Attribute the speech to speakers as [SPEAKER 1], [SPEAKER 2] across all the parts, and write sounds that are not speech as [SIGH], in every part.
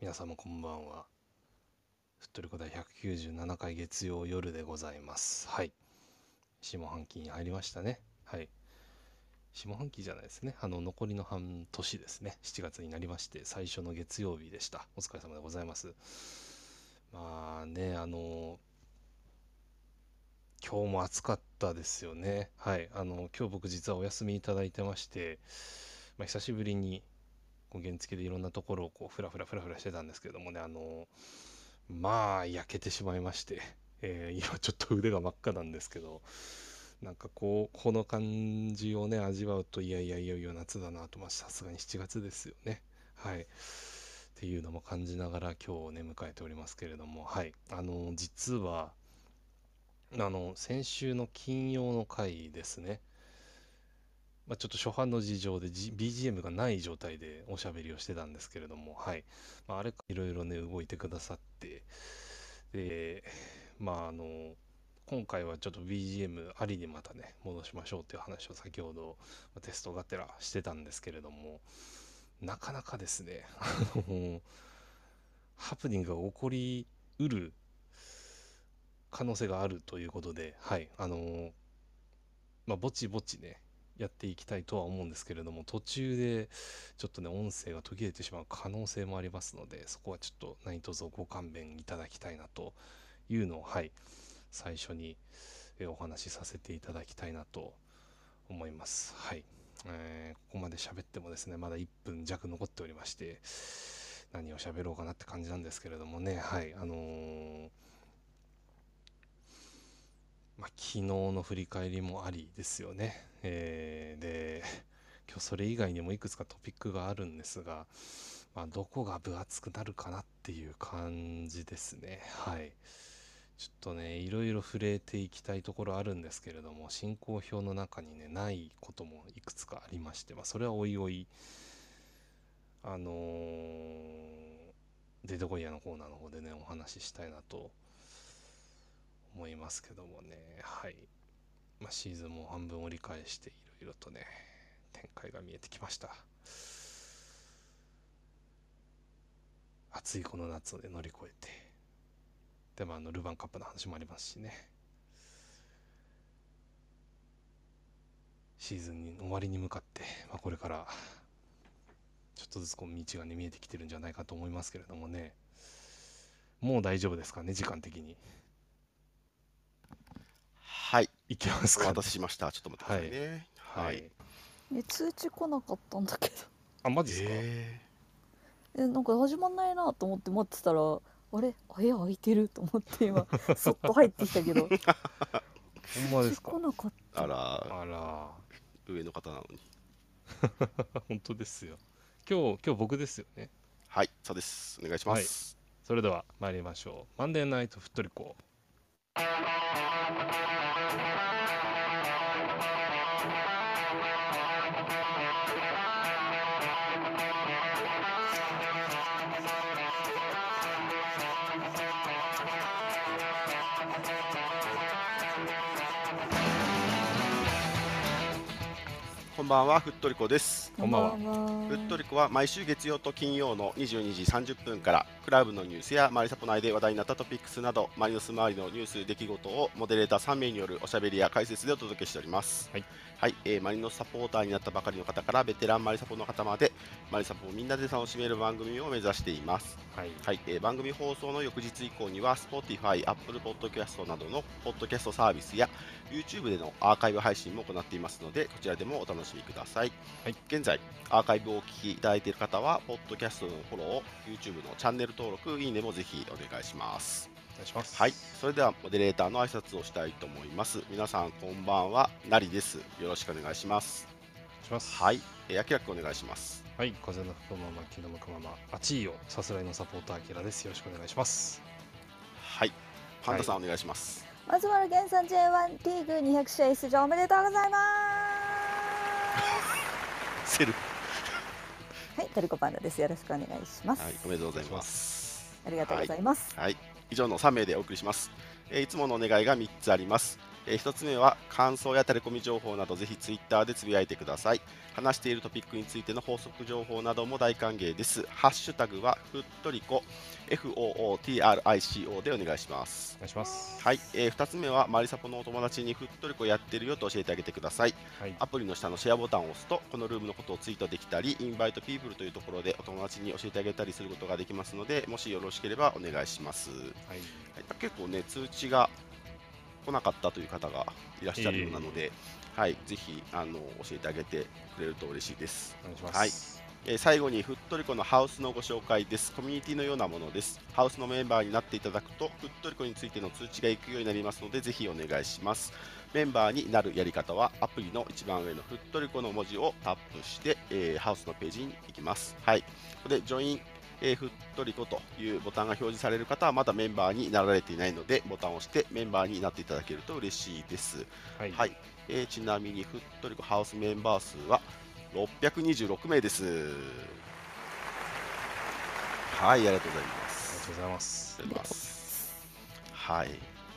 [SPEAKER 1] 皆様こんばんは。ふっとりこ第197回月曜夜でございます。はい。下半期に入りましたね。はい。下半期じゃないですね。あの、残りの半年ですね。7月になりまして、最初の月曜日でした。お疲れ様でございます。まあね、あの、今日も暑かったですよね。はい。あの、今日僕実はお休みいただいてまして、まあ、久しぶりに、こう原付でいろんなところをこうフラフラフラフラしてたんですけどもねあのまあ焼けてしまいまして、えー今ちょっと腕が真っ赤なんですけどなんかこうこの感じをね味わうといやいやいよいよ夏だなとまあさすがに7月ですよねはいっていうのも感じながら今日ね迎えておりますけれどもはいあの実はあの先週の金曜の回ですねまあ、ちょっと初版の事情で、G、BGM がない状態でおしゃべりをしてたんですけれども、はい。まあ、あれからいろいろね、動いてくださって、で、まあ、あの、今回はちょっと BGM ありにまたね、戻しましょうっていう話を先ほどまあテストがてらしてたんですけれども、なかなかですね、あの、ハプニングが起こりうる可能性があるということで、はい。あの、まあ、ぼちぼちね、やっていきたいとは思うんですけれども途中でちょっとね音声が途切れてしまう可能性もありますのでそこはちょっと何卒ご勘弁いただきたいなというのをはい最初にえーお話しさせていただきたいなと思いますはい、えーここまで喋ってもですねまだ1分弱残っておりまして何を喋ろうかなって感じなんですけれどもねはいあのーまあ、昨日の振り返りもありですよね。えーで、今日それ以外にもいくつかトピックがあるんですが、まあ、どこが分厚くなるかなっていう感じですね。はい。ちょっとね、いろいろ触れていきたいところあるんですけれども、進行表の中にね、ないこともいくつかありまして、まあ、それはおいおい、あのー、デドゴイヤのコーナーの方でね、お話ししたいなと思いますけどもね、はい。まあ、シーズンも半分折り返していろいろとね、展開が見えてきました。暑いこの夏をね乗り越えて、でもあのルヴァンカップの話もありますしね、シーズンに終わりに向かって、まあ、これからちょっとずつこう道がね見えてきてるんじゃないかと思いますけれどもね、もう大丈夫ですかね、時間的に。
[SPEAKER 2] はい、
[SPEAKER 1] いけます
[SPEAKER 2] お
[SPEAKER 1] か、
[SPEAKER 2] 待たせしました。ちょっと待ってくださいね。
[SPEAKER 1] はい。。
[SPEAKER 3] え通知来なかったんだけど [LAUGHS]
[SPEAKER 1] あ、マジですか、
[SPEAKER 2] え
[SPEAKER 3] えなんか始まんないなと思って待ってたらあれ部屋開いてると思っ
[SPEAKER 1] [LAUGHS]
[SPEAKER 3] て今そっと入ってきたけ
[SPEAKER 1] ほ
[SPEAKER 3] ど
[SPEAKER 1] んまで
[SPEAKER 3] 通知
[SPEAKER 1] すか
[SPEAKER 3] 来なかっ
[SPEAKER 2] ー、あら、
[SPEAKER 1] あら。 [LAUGHS]
[SPEAKER 2] 上の方なのに。
[SPEAKER 1] 本当ですよ。今日、今日僕ですよね。
[SPEAKER 2] はい、そうです。お願いします。
[SPEAKER 1] それでは参りましょう。マンデーナイトふっとりこ。
[SPEAKER 2] こんばんは、ふっとりこです。
[SPEAKER 3] た
[SPEAKER 1] こんばんは
[SPEAKER 3] は
[SPEAKER 2] ふっとりこは毎週月曜と金曜の22時30分からクラブのニュースやマリサポ内で話題になったトピックスなどマリノス周りのニュース出来事をモデレーター3名によるおしゃべりや解説でお届けしております
[SPEAKER 1] はい、
[SPEAKER 2] はいえーマリノスサポーターになったばかりの方からベテランマリサポの方までマリサポをみんなで楽しめる番組を目指しています
[SPEAKER 1] はい。
[SPEAKER 2] はい、えー番組放送の翌日以降には Spotify、Apple Podcast などのポッドキャストサービスや YouTube でのアーカイブ配信も行っていますのでこちらでもお楽しみください、
[SPEAKER 1] はい
[SPEAKER 2] 現在アーカイブをお聞きいただいている方はポッドキャストのフォロー YouTube のチャンネル登録いいねもぜひお願いします
[SPEAKER 1] お願いします。
[SPEAKER 2] はいそれではモデレーターの挨拶をしたいと思います皆さんこんばんはなりですよろしくお願いします
[SPEAKER 1] お願いします。
[SPEAKER 2] はい、えー、あきらくんお願いします
[SPEAKER 1] はい。風の吹くまま、気の向くまま、あちいよ、さすらいのサポーター、アキラです。よろしくお願いします。
[SPEAKER 2] はいパンダさんお願いします、
[SPEAKER 3] 松原源さん J1 リーグ200試合出場おめでとうございます
[SPEAKER 2] セルフ
[SPEAKER 3] はいトリコパンダですよろしくお願いします、
[SPEAKER 2] はいおめでとうございます
[SPEAKER 3] ありがとうございます、
[SPEAKER 2] はい、以上の3名でお送りします、えーいつものお願いが3つあります、えー一つ目は感想やタレコミ情報などぜひツイッターでつぶやいてください話しているトピックについての法則情報なども大歓迎ですハッシュタグはふっとりこ FOOTRICO でお願いします
[SPEAKER 1] お願いします。
[SPEAKER 2] はい、え2つ目はマリサポのお友達にふっとりこやってるよと教えてあげてください
[SPEAKER 1] はい。
[SPEAKER 2] アプリの下のシェアボタンを押すとこのルームのことをツイートできたりインバイトピープルというところでお友達に教えてあげたりすることができますのでもしよろしければお願いします、は
[SPEAKER 1] はい。
[SPEAKER 2] い、結構ね通知が来なかったという方がいらっしゃるようなので、はい、ぜひあの教えてあげてくれると嬉しいです
[SPEAKER 1] お願いし
[SPEAKER 2] は
[SPEAKER 1] ま
[SPEAKER 2] い
[SPEAKER 1] す。
[SPEAKER 2] えー最後にふっとりこのハウスのご紹介ですコミュニティのようなものですハウスのメンバーになっていただくとふっとりこについての通知がいくようになりますのでぜひお願いしますメンバーになるやり方はアプリの一番上のふっとりこの文字をタップして、えーハウスのページに行きますはいここでジョインえーふっとりこというボタンが表示される方はまだメンバーになられていないのでボタンを押してメンバーになっていただけると嬉しいです
[SPEAKER 1] はい。
[SPEAKER 2] はい、えーちなみにフットリコハウスメンバー数は626名ですはいありが
[SPEAKER 1] あり
[SPEAKER 2] とうございま
[SPEAKER 1] が
[SPEAKER 2] す
[SPEAKER 1] とうございます
[SPEAKER 2] あ。りがとうございますはい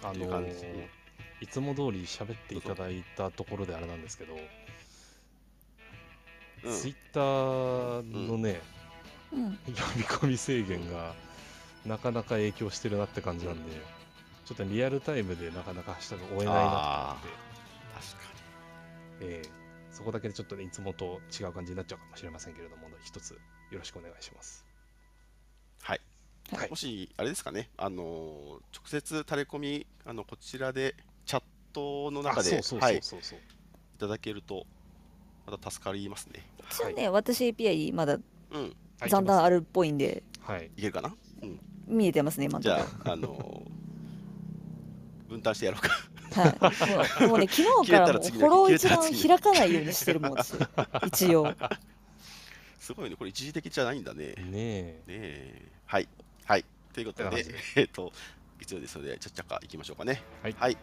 [SPEAKER 1] あ
[SPEAKER 2] っていう
[SPEAKER 1] の
[SPEAKER 2] 感じ
[SPEAKER 1] ーいつも通り喋っていただいたところであれなんですけど、
[SPEAKER 2] うん
[SPEAKER 1] ツイッターのね、
[SPEAKER 3] うん。
[SPEAKER 1] 呼び込み制限がなかなか影響してるなって感じなんで、ちょっとリアルタイムでなかなかハッシュタグ追えないなと思って、ええそこだけでちょっとね、いつもと違う感じになっちゃうかもしれませんけれども、一つよろしくお願いします。
[SPEAKER 2] はい
[SPEAKER 1] はい
[SPEAKER 2] も。しあれですかねあのー直接タレコミあのこちらでチャットの中
[SPEAKER 1] あそ
[SPEAKER 2] で
[SPEAKER 1] うそう
[SPEAKER 2] は
[SPEAKER 1] そ
[SPEAKER 2] いう
[SPEAKER 1] そうそう。
[SPEAKER 2] いただけるとまた助かりますね
[SPEAKER 3] 一応ね、私 API まだ
[SPEAKER 2] うん
[SPEAKER 1] はい
[SPEAKER 3] 残弾あるっぽいんで、
[SPEAKER 1] はい。
[SPEAKER 2] いけるかな
[SPEAKER 3] 見えてますね、今の
[SPEAKER 2] じ
[SPEAKER 3] とこ
[SPEAKER 2] ゃああのー分担してやろうか [LAUGHS]
[SPEAKER 3] はい。もうもうね、昨日からも
[SPEAKER 2] 切れたら
[SPEAKER 3] うフ
[SPEAKER 2] 次
[SPEAKER 3] ォロー一
[SPEAKER 2] 切れた
[SPEAKER 3] 覧
[SPEAKER 2] ら次
[SPEAKER 3] 開かないようにしてるもん、私。
[SPEAKER 2] [LAUGHS]
[SPEAKER 3] 一応。
[SPEAKER 2] すごいねこれ一時的じゃないんだね
[SPEAKER 1] ねえ。
[SPEAKER 2] ねえはいはいということ
[SPEAKER 1] てな感
[SPEAKER 2] で
[SPEAKER 1] じで
[SPEAKER 2] えっ、と必要ですのでちゃっちゃかいきましょうかね
[SPEAKER 1] はい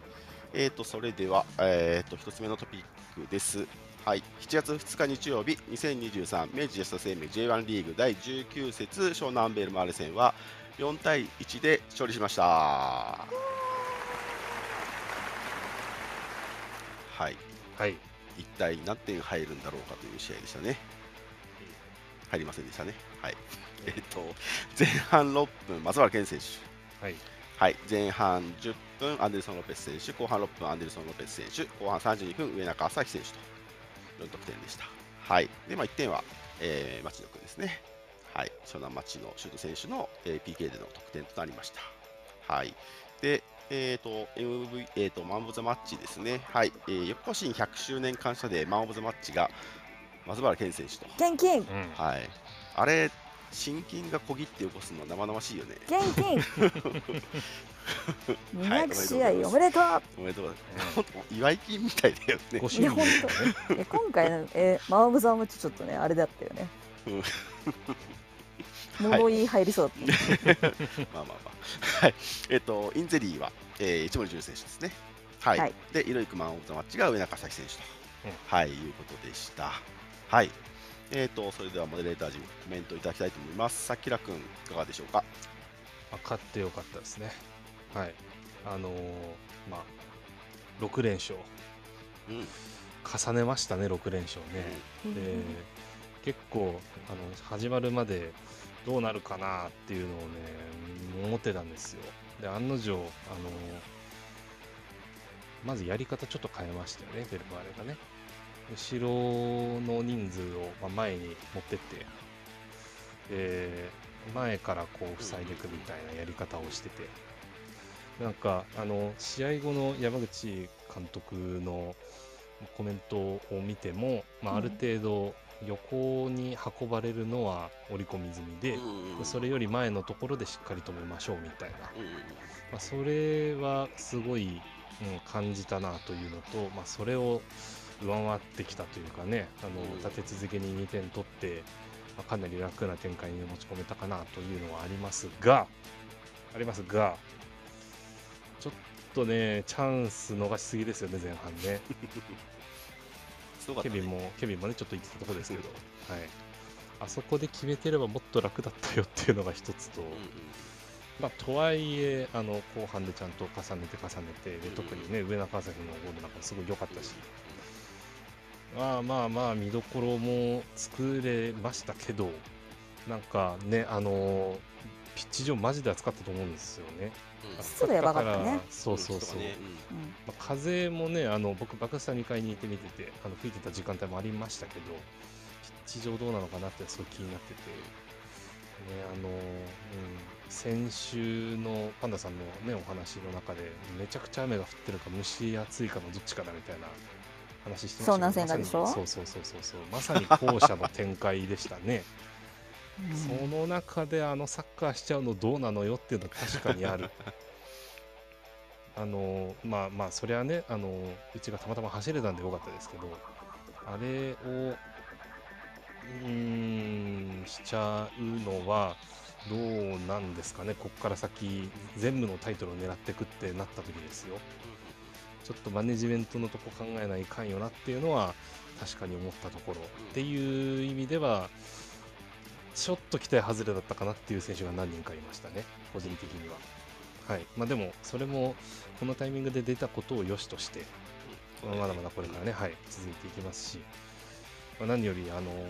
[SPEAKER 2] えっ、とそれではえっ、と一つ目のトピックですはい7月2日日曜日2023明治安田生命 J1 リーグ第19節湘南ベルマーレ戦は4対1で勝利しましたはい
[SPEAKER 1] はい。
[SPEAKER 2] 一体何点入るんだろうかという試合でしたね入りませんでしたねはいえっ、と前半6分松原健選手
[SPEAKER 1] はい。
[SPEAKER 2] はい、前半10分、アンデルソン・ロペス選手、後半6分、アンデルソン・ロペス選手、後半32分、上中朝日選手と4得点でした。はい、で、まあ、1点は、えー、町野君ですね、はい、湘南町野シュート選手の、えー PK での得点となりました。はい、で、えーと MV、えーとマン・オブ・ザ・マッチですね、はい、えー、横越新100周年感謝でマン・オブ・ザ・マッチが松原健選手と、
[SPEAKER 3] キャンキャン
[SPEAKER 1] うん。
[SPEAKER 2] はい、あれ、心筋がこぎって起こすのは生々しいよね。
[SPEAKER 3] キャンキャン
[SPEAKER 2] はい
[SPEAKER 3] 200試合おめでとう、
[SPEAKER 2] おめでとうございます。本当祝い金みたいだよね
[SPEAKER 1] ご。趣味ですからね。
[SPEAKER 3] え今回の、えー、マオブザーもちょっとねあれだったよね物言い入りそうだった、
[SPEAKER 2] まあまあまあ。はい。えっと、インゼリーは、えー、市森純選手ですね。はい。
[SPEAKER 3] はい
[SPEAKER 2] で、イロイクマン・オブ・ザ・マッチが上中咲選手と、
[SPEAKER 1] うん
[SPEAKER 2] はい、いうことでした。はい。えっと、それではモデレーター陣、コメントいただきたいと思います。さきらくん、いかがでしょうか。
[SPEAKER 1] あ勝ってよかったですね。はい。あのーまあ、6連勝。
[SPEAKER 2] うん。
[SPEAKER 1] 重ねましたね、6連勝ね。
[SPEAKER 3] うん
[SPEAKER 1] で結構あの、始まるまでどうなるかなっていうのをね、思ってたんですよ。で、案の定、あのーまずやり方ちょっと変えましたよね、ベルマーレがね。後ろの人数をまあ前に持ってって、えー前からこう塞いでいくみたいなやり方をしてて、なんかあの試合後の山口監督のコメントを見ても、まあ、
[SPEAKER 3] うん
[SPEAKER 1] ある程度横に運ばれるのは織り込み済みで、
[SPEAKER 2] うん
[SPEAKER 1] それより前のところでしっかり止めましょうみたいな。
[SPEAKER 2] うんうん
[SPEAKER 1] まあ、それはすごい、うん、感じたなというのと、まあ、それを上回ってきたというかねあ
[SPEAKER 2] うん
[SPEAKER 1] の立て続けに2点取って、まあ、かなり楽な展開に持ち込めたかなというのはありますがありますがちょっとねチャンス逃しすぎですよね前半ね。
[SPEAKER 2] すごかっ
[SPEAKER 1] ケ
[SPEAKER 2] た、
[SPEAKER 1] ビン
[SPEAKER 2] ね。
[SPEAKER 1] も、ケビンもね、ちょっと言ってたところですけど、はい。あそこで決めてればもっと楽だったよっていうのが一つと、
[SPEAKER 2] うんうん
[SPEAKER 1] まあ、とはいえあの後半でちゃんと重ねて重ねてで特にね上中朝日のゴールなんかすごい良かったし、まあまあまあ見どころも作れましたけどなんかねあのピッチ上マジで暑かったと思うんですよね。
[SPEAKER 3] 湿度やばかったね
[SPEAKER 1] 暑らそうそうそう。まあ、風もねあの僕爆下2階にいて見ててあの吹いてた時間帯もありましたけどピッチ上どうなのかなってすごい気になってて、ねあのうん、先週のパンダさんの、ね、お話の中でめちゃくちゃ雨が降ってるか蒸し暑いかのどっちかだみたいな話してましたけど
[SPEAKER 3] 遭難船がでしょ
[SPEAKER 1] まさにそうそうそうそうそうまさに後者の展開でしたね。
[SPEAKER 3] うん
[SPEAKER 1] その中であのサッカーしちゃうのどうなのよっていうのは確かにある。あのまあまあそれはねあのうちがたまたま走れたんでよかったですけどあれをうーんしちゃうのはどうなんですかねこっから先全部のタイトルを狙ってくってなった時ですよちょっとマネジメントのとこ考えないかんよなっていうのは確かに思ったところっていう意味ではちょっと期待外れだったかなっていう選手が何人かいましたね個人的には。はいまあ、でもそれもこのタイミングで出たことを良しとしてまあまだまだこれからね、はい、続いていきますし、まあ、何より、あのー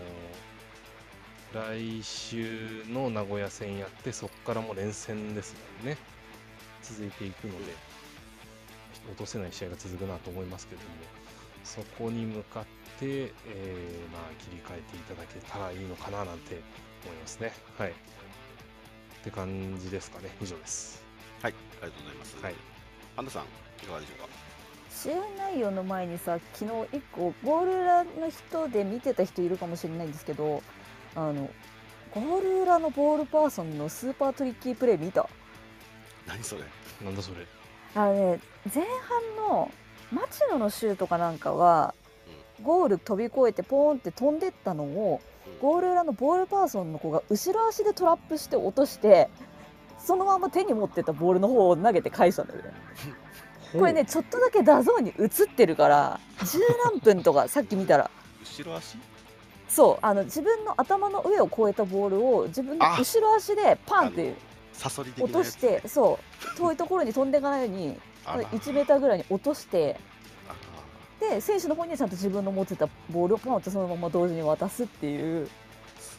[SPEAKER 1] 来週の名古屋戦やって、そこからもう連戦ですもんね、続いていくので、落とせない試合が続くなと思いますけども、そこに向かって、えーまあ、切り替えていただけたらいいのかななんて思いますね。はいって感じですかね、以上です。
[SPEAKER 2] はい、ありがとうございます。
[SPEAKER 1] はい、
[SPEAKER 2] パンダさん、いかがでしょうか。
[SPEAKER 3] 試合内容の前にさ昨日一個ゴール裏の人で見てた人いるかもしれないんですけどあのゴール裏のボールパーソンのスーパートリッキープレー見た
[SPEAKER 2] 何それ。
[SPEAKER 1] なんだそれ、
[SPEAKER 3] あのね前半の町野のシュートかなんかはゴール飛び越えてポーンって飛んでったのをゴール裏のボールパーソンの子が後ろ足でトラップして落としてそのまま手に持ってたボールの方を投げて返したんだよね。これねちょっとだけダゾーンに映ってるから十何分とか [LAUGHS] さっき見たら
[SPEAKER 2] 後ろ足。
[SPEAKER 3] そうあの自分の頭の上を越えたボールを自分の後ろ足でパンって
[SPEAKER 2] サソリ的
[SPEAKER 3] 落
[SPEAKER 2] な
[SPEAKER 3] と
[SPEAKER 2] やつ
[SPEAKER 3] し。てそう遠いところに飛んでいかないように
[SPEAKER 2] あら
[SPEAKER 3] 1メーターぐらいに落として
[SPEAKER 2] あ
[SPEAKER 3] で選手の方にはちゃんと自分の持ってたボールをポンとそのまま同時に渡すっていう
[SPEAKER 2] ー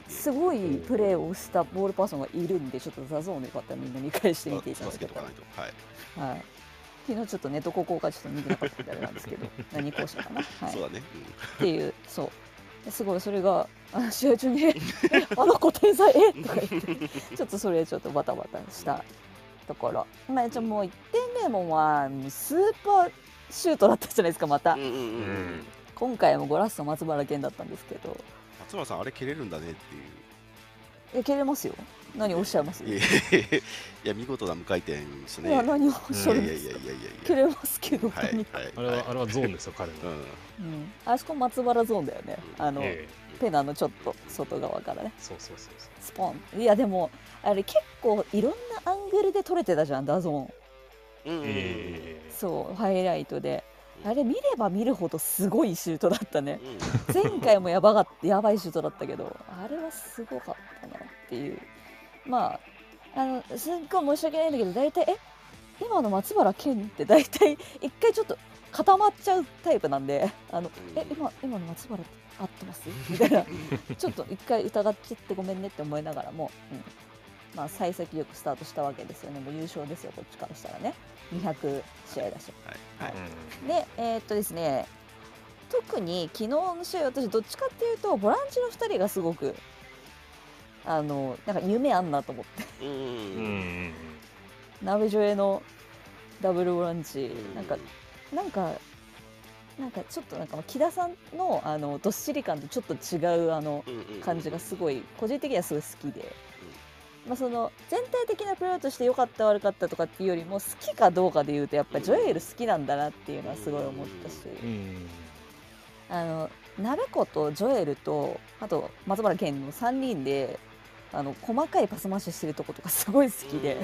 [SPEAKER 2] す
[SPEAKER 3] すごいプレーをしたボールパーソンがいるんでちょっとザゾーンでよかったらみんな見返して
[SPEAKER 2] げえ。
[SPEAKER 3] みていただ
[SPEAKER 2] 助け
[SPEAKER 3] け
[SPEAKER 2] と
[SPEAKER 3] た
[SPEAKER 2] からないと。はい。
[SPEAKER 3] はい、昨日ちょっとネット高校がちょっと見てなかったみたいなんですけど何校舎か
[SPEAKER 2] [LAUGHS]
[SPEAKER 3] な、はい、
[SPEAKER 2] そうだね。うん
[SPEAKER 3] っていうそうですごいそれがあ試合中に「え [LAUGHS] あの子天才えとか言ってちょっとそれちょっとバタバタしたところまあ一応もう1点目もまあスーパーシュートだったじゃないですかまた
[SPEAKER 2] うんうんうんうん。
[SPEAKER 3] 今回もゴラッソ松原健だったんですけど
[SPEAKER 2] 松村さん、あれ蹴れるんだねっていう。
[SPEAKER 3] いや蹴れますよ何をおっしゃいます
[SPEAKER 2] いやい
[SPEAKER 3] い
[SPEAKER 2] やいやいや、見事な無回転ですね。
[SPEAKER 3] や何をおっ
[SPEAKER 2] い
[SPEAKER 3] し
[SPEAKER 2] や
[SPEAKER 3] ゃる
[SPEAKER 2] い
[SPEAKER 3] ん
[SPEAKER 2] や
[SPEAKER 3] で
[SPEAKER 2] いや
[SPEAKER 3] す
[SPEAKER 2] い
[SPEAKER 3] か
[SPEAKER 2] やいや。
[SPEAKER 3] 蹴れますけど
[SPEAKER 2] はい
[SPEAKER 3] 本当に、
[SPEAKER 2] はい。
[SPEAKER 1] あれはあ
[SPEAKER 2] は
[SPEAKER 1] れはゾーンですよ、彼の。
[SPEAKER 2] い。うん。
[SPEAKER 3] うん、あそこ松原ゾーンだよねあの、
[SPEAKER 1] ええ
[SPEAKER 3] ペナのちょっと外側からね
[SPEAKER 1] そうそうそうそう
[SPEAKER 3] スポンいやでもあれ結構いろんなアングルで撮れてたじゃんダゾーン
[SPEAKER 2] うんうんうん
[SPEAKER 1] ええ
[SPEAKER 3] そうハイライトで
[SPEAKER 2] うん
[SPEAKER 3] あれ見れば見るほどすごいシュートだったね
[SPEAKER 2] うん
[SPEAKER 3] 前回もやばかったやばいシュートだったけどあれはすごかったなっていうまああのすっごい申し訳ないんだけど大体え今の松原健って大体一回ちょっと固まっちゃうタイプなんであのえ今今の松原って合ってますみたいなちょっと一回疑っちゃってごめんねって思いながらも、うんまあ、幸先よくスタートしたわけですよねもう優勝ですよこっちからしたらね200試合だし
[SPEAKER 2] はい。はい。
[SPEAKER 1] うん
[SPEAKER 3] でえーっとですね特に昨日の試合私どっちかっていうとボランチの2人がすごくあのなんか夢あんなと思って
[SPEAKER 2] うん
[SPEAKER 1] うん
[SPEAKER 2] うん
[SPEAKER 1] うん
[SPEAKER 3] 鍋女へのダブルボランチ
[SPEAKER 2] うん。
[SPEAKER 3] なんかなんかなんかちょっとなんか木田さんのあのどっしり感とちょっと違うあの
[SPEAKER 2] うんうんうん
[SPEAKER 3] 感じがすごい個人的にはすごい好きで、まあ、その全体的なプレーとして良かった悪かったとかっていうよりも好きかどうかでいうとやっぱジョエル好きなんだなっていうのはすごい思ったし、
[SPEAKER 1] うん
[SPEAKER 3] あの鍋子とジョエルとあと松原健の3人であの細かいパス回ししてるとことかすごい好きで。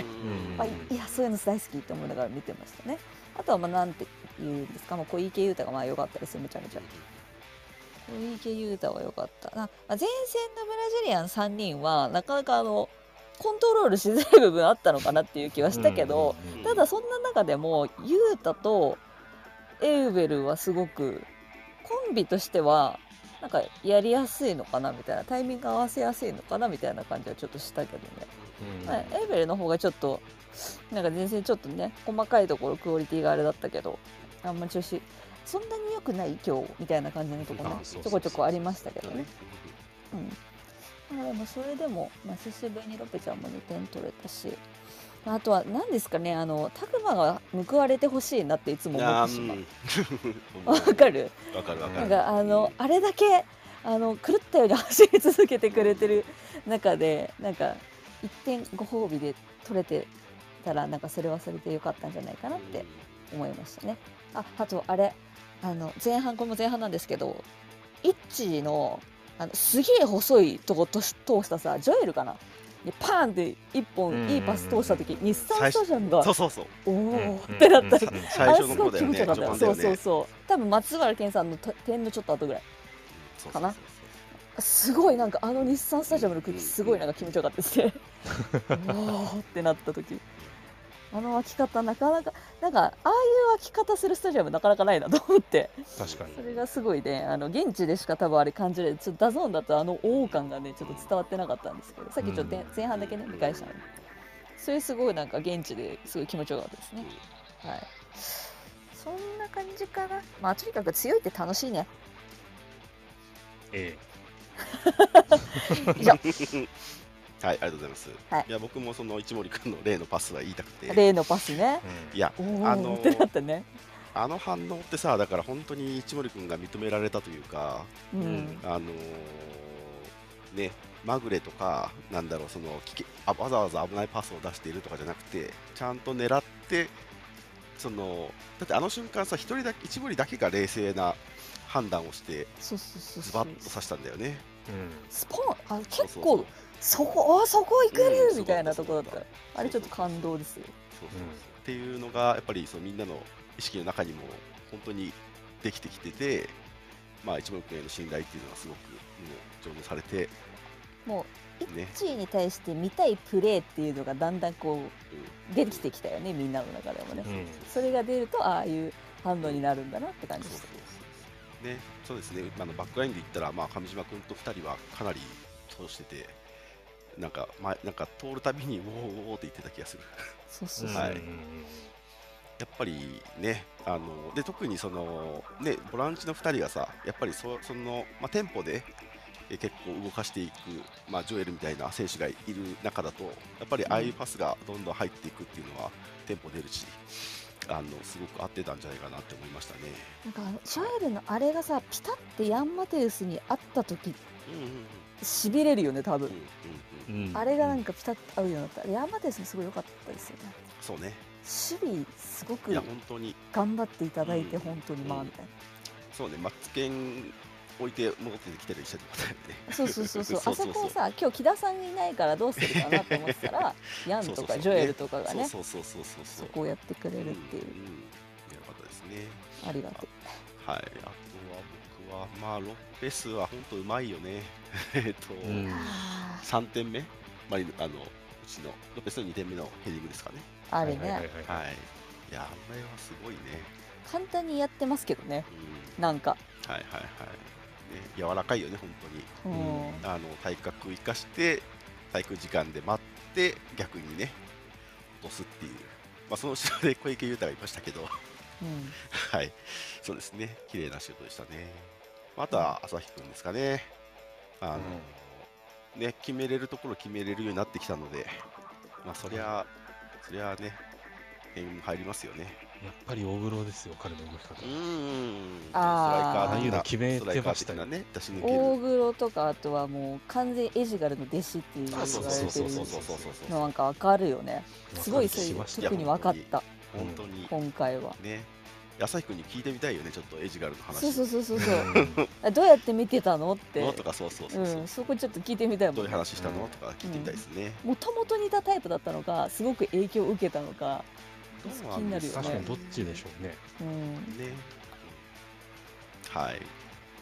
[SPEAKER 2] うん
[SPEAKER 3] まあ、いいやそういうの大好きって思いながら見てましたねあとはまあなんて言うんですか、まあ、小池優太がまあ良かったですよめちゃめちゃ小池優太は良かったな、まあ、前線のブラジリアン3人はなかなかあのコントロールしづらい部分あったのかなっていう気はしたけど、
[SPEAKER 1] うんうんうん
[SPEAKER 3] ただそんな中でもユータとエウベルはすごくコンビとしてはなんかやりやすいのかなみたいなタイミング合わせやすいのかなみたいな感じはちょっとしたけどね、
[SPEAKER 1] うん
[SPEAKER 3] はい、エウベルの方がちょっとなんか全然ちょっとね細かいところクオリティがあれだったけどあんま調子そんなに良くない今日みたいな感じのとこね
[SPEAKER 1] あそうそうそう
[SPEAKER 3] ちょこちょこありましたけどね。うん、まあでもそれでも、まあ、久しぶりにロペちゃんも2点取れたしあとは何ですかねあのタクマが報われてほしいなっていつも思ってしまう。わ
[SPEAKER 2] わ
[SPEAKER 3] かる
[SPEAKER 2] わかるわか
[SPEAKER 3] [LAUGHS] なん
[SPEAKER 2] る。
[SPEAKER 3] かあのあれだけあの狂ったように走り続けてくれてる中でなんか1点ご褒美で取れてたらなんかそれはそれでよかったんじゃないかなって思いましたね。ああとあれあの前半これも前半なんですけどイッチーのあのすげえ細いとことし通したさジョエルかなにパーンって一
[SPEAKER 1] うんうんう
[SPEAKER 3] 本
[SPEAKER 1] ん
[SPEAKER 3] いいパス通した時日産スタジアムが
[SPEAKER 2] そうそうそう。
[SPEAKER 3] お
[SPEAKER 1] う
[SPEAKER 3] お
[SPEAKER 1] んうん
[SPEAKER 3] ーってなった
[SPEAKER 1] うんうん
[SPEAKER 2] 最初の方
[SPEAKER 3] あれ
[SPEAKER 2] だ
[SPEAKER 3] す
[SPEAKER 2] よ
[SPEAKER 3] ごい
[SPEAKER 2] ね。
[SPEAKER 3] 気持ちよかったよそ
[SPEAKER 2] 序盤だ
[SPEAKER 3] うそう
[SPEAKER 2] よね
[SPEAKER 3] そう多分松原健さんのと点のちょっと後ぐらい
[SPEAKER 2] そうそうそう
[SPEAKER 3] かなすごいなんかあの日産スタジアムの空気すごいなんか気持ちよかったですねおーってなった時あの湧き方なかなかなんかああいう湧き方するスタジアムなかなかないなと思って
[SPEAKER 1] 確かに
[SPEAKER 3] それがすごいねあの現地でしか多分あれ感じれないちょっとダゾーンだとあの王感がねちょっと伝わってなかったんですけどさっきちょっと
[SPEAKER 1] う
[SPEAKER 3] 前
[SPEAKER 1] ん
[SPEAKER 3] 前半だけね見返したのでそれすごいなんか現地ですごい気持ちよかったですねはいそんな感じかなまあとにかく強いって楽しいね
[SPEAKER 1] え
[SPEAKER 3] 以上
[SPEAKER 2] はい、ありがとうございます。
[SPEAKER 3] はい
[SPEAKER 2] いや、僕もその一森君の例のパスは言いたくて。
[SPEAKER 3] 例のパスね
[SPEAKER 1] えうん
[SPEAKER 2] いや、
[SPEAKER 3] おお、
[SPEAKER 2] あの
[SPEAKER 3] ってなったね
[SPEAKER 2] あの反応ってさ、だから本当に一森君が認められたというか、
[SPEAKER 3] うん、
[SPEAKER 1] うん
[SPEAKER 2] あのーね、まぐれとか、なんだろう、その危険あわざわざ危ないパスを出しているとかじゃなくて、ちゃんと狙って、そのだってあの瞬間さ、一人だけ一森だけが冷静な判断をして、
[SPEAKER 3] そうそうそう
[SPEAKER 2] ズ
[SPEAKER 3] そ
[SPEAKER 2] バ
[SPEAKER 3] う
[SPEAKER 2] ッと刺したんだよね。
[SPEAKER 1] うん
[SPEAKER 3] スポンあ
[SPEAKER 2] そう
[SPEAKER 3] 結
[SPEAKER 2] そう
[SPEAKER 3] 構そこあそこ行くね、
[SPEAKER 2] うん
[SPEAKER 3] みたいなとこだった
[SPEAKER 2] そうだ
[SPEAKER 3] あれちょっと感動ですよ
[SPEAKER 2] そうそう
[SPEAKER 1] うん
[SPEAKER 2] っていうのがやっぱりそのみんなの意識の中にも本当にできてきてて、まあ、一目君への信頼っていうのはすごくもう上手されて、
[SPEAKER 3] も
[SPEAKER 2] ね
[SPEAKER 3] チーに対して見たいプレーっていうのがだんだんこう
[SPEAKER 2] うん
[SPEAKER 3] 出てきてきたよねみんなの中でもね、
[SPEAKER 1] うん
[SPEAKER 3] それが出るとああいう反応になるんだなって感
[SPEAKER 2] そう
[SPEAKER 3] じ
[SPEAKER 2] そう
[SPEAKER 3] で
[SPEAKER 2] そう
[SPEAKER 3] す
[SPEAKER 2] そうね、そうですね、あのバックラインで言ったら、まあ、上島君と2人はかなり通してて、なんか、まなんか通るたびに、おーおーおーって言ってた気がする。
[SPEAKER 3] そうそうそう、
[SPEAKER 2] はい
[SPEAKER 1] うんうん
[SPEAKER 2] やっぱりね、あので特にその、ね、ボランチの2人がさ、やっぱりそその、まあ、テンポでえ結構動かしていく、まあ、ジョエルみたいな選手がいる中だと、やっぱりああいうパスがどんどん入っていくっていうのは、テンポ出るし、あのすごく合ってたんじゃないかなって思いましたね。
[SPEAKER 3] なんかあのショエルのあれがさピタってヤンマテウスに会った時
[SPEAKER 2] うんうんうん
[SPEAKER 3] しびれるよね多分、
[SPEAKER 2] うんうんう
[SPEAKER 1] うんんうん
[SPEAKER 3] あれがなんかピタッと合うようになったヤンマテウスもすごい良かったですよね
[SPEAKER 2] そうね、
[SPEAKER 3] 守備すご
[SPEAKER 2] い
[SPEAKER 3] く
[SPEAKER 2] や本当に
[SPEAKER 3] 頑張っていただいて
[SPEAKER 2] うん
[SPEAKER 3] 本当にまあみたいな、
[SPEAKER 2] そうね、マッツケン置いて戻ってきてる人だったよね。
[SPEAKER 3] そうそうそうそう
[SPEAKER 2] そう
[SPEAKER 3] あ
[SPEAKER 2] そう
[SPEAKER 3] そ
[SPEAKER 2] そう
[SPEAKER 3] こをさ今日木田さんがいないからどうするかなと思ってた
[SPEAKER 2] [LAUGHS]
[SPEAKER 3] らヤン
[SPEAKER 2] そ
[SPEAKER 3] と
[SPEAKER 2] うそう
[SPEAKER 3] か
[SPEAKER 2] そう
[SPEAKER 3] ジョエルとかが
[SPEAKER 2] そう
[SPEAKER 3] ね
[SPEAKER 2] そうそうそうそう
[SPEAKER 3] そこをやってくれるっていう、
[SPEAKER 2] んんよかったですね。
[SPEAKER 3] ありがて
[SPEAKER 2] はい、あとは僕は、まあ、ロッペスは本当うまいよね。 [LAUGHS] えっと、
[SPEAKER 1] うん
[SPEAKER 3] え
[SPEAKER 2] 3点目、マリノあのうちのロッペスの2点目のヘディングですかね。
[SPEAKER 3] あれね、
[SPEAKER 1] はいはいはいはい
[SPEAKER 2] はい。いや、あれはすごいね。
[SPEAKER 3] 簡単にやってますけどね
[SPEAKER 2] うん、
[SPEAKER 3] なんか、
[SPEAKER 2] はいはいはい。ね、柔らかいよね、本当に。
[SPEAKER 3] うん
[SPEAKER 1] うん
[SPEAKER 2] あの体格生かして体育時間で待って逆にね落とすっていう、まあ、その後ろで小池優太がいましたけど [LAUGHS]
[SPEAKER 3] うん
[SPEAKER 2] はいそうですね綺麗なシュートでしたねまた朝日くんですかねあの、ね決めれるところ決めれるようになってきたのでまあそりゃそりゃね点入りますよね
[SPEAKER 1] やっぱり大黒ですよ彼の動き
[SPEAKER 2] う
[SPEAKER 1] 方
[SPEAKER 2] んス
[SPEAKER 3] あー
[SPEAKER 2] トライカー的な
[SPEAKER 3] ああいう
[SPEAKER 1] の決めて
[SPEAKER 2] ストライカー
[SPEAKER 1] まし
[SPEAKER 2] 的
[SPEAKER 1] たよ
[SPEAKER 2] なね出し抜け
[SPEAKER 3] 大
[SPEAKER 2] る
[SPEAKER 3] 黒とかあとはもう完全エジガルの弟子っていう言わ
[SPEAKER 2] あそうそう
[SPEAKER 3] れて
[SPEAKER 2] そう
[SPEAKER 3] る
[SPEAKER 2] そうそうそうそうそう
[SPEAKER 3] のなんかわかるよねすごいそう
[SPEAKER 1] し
[SPEAKER 3] いう
[SPEAKER 1] ました
[SPEAKER 2] や
[SPEAKER 3] 特に分かった
[SPEAKER 2] 本当に
[SPEAKER 3] 今回は
[SPEAKER 2] ね朝日くんに聞いてみたいよねちょっとエジガルの話
[SPEAKER 3] そうそうそうそうそううんあどうやって見てたのって
[SPEAKER 2] のとかそうそうそうそう、
[SPEAKER 3] うん、そこちょっと聞いてみたい
[SPEAKER 2] ど
[SPEAKER 3] も
[SPEAKER 2] うんいう話したのとか聞いてみたいですね、
[SPEAKER 3] もともと似たタイプだったのかすごく影響を受けたのか、
[SPEAKER 2] どう
[SPEAKER 3] 気になるよね
[SPEAKER 1] 確かにどっちでしょうね
[SPEAKER 3] うん、
[SPEAKER 2] ね、うんはいっ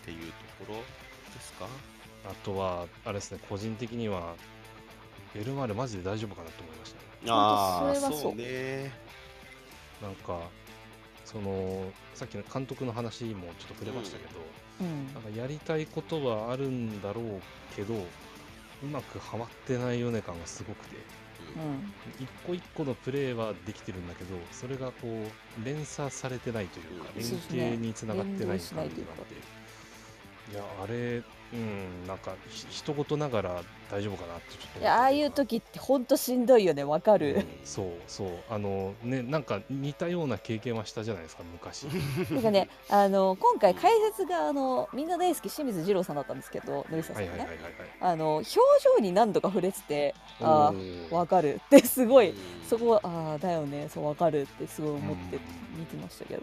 [SPEAKER 2] ていうところですか
[SPEAKER 1] あとはあれですね個人的にはベルマーレマジで大丈夫かなと思いましたね
[SPEAKER 2] ああ
[SPEAKER 3] それはそう
[SPEAKER 2] そうね
[SPEAKER 1] なんかそのさっきの監督の話もちょっと触れましたけど、
[SPEAKER 3] うん
[SPEAKER 1] なんかやりたいことはあるんだろうけどうまくはまってないよね感がすごくて
[SPEAKER 3] うん
[SPEAKER 1] 一個一個のプレーはできてるんだけどそれがこう連鎖されてないというか
[SPEAKER 2] うん
[SPEAKER 1] 連
[SPEAKER 3] そうですね
[SPEAKER 1] 携につながってない感じがあっ
[SPEAKER 3] 連動しないと
[SPEAKER 1] て
[SPEAKER 3] いうか
[SPEAKER 1] いやあれうんなんかひ一言ながら大丈夫かなってちょっと思った
[SPEAKER 3] いやああいう時ってほんとしんどいよねわか
[SPEAKER 1] うん
[SPEAKER 3] る、
[SPEAKER 1] そうそうあのねなんか似たような経験はしたじゃないですか昔
[SPEAKER 3] [LAUGHS] なんかねあの今回解説があのみんな大好き清水二郎さんだったんですけどのりさんさ
[SPEAKER 1] は
[SPEAKER 3] ん
[SPEAKER 1] い
[SPEAKER 3] ね、
[SPEAKER 1] はいはいはいはい
[SPEAKER 3] あの表情に何度か触れててあ
[SPEAKER 1] ー
[SPEAKER 3] あわかる [LAUGHS] ってすごい
[SPEAKER 2] うん
[SPEAKER 3] そこはああだよねそうわかるってすごい思っ
[SPEAKER 1] う
[SPEAKER 3] て
[SPEAKER 1] ん
[SPEAKER 3] 見てましたけど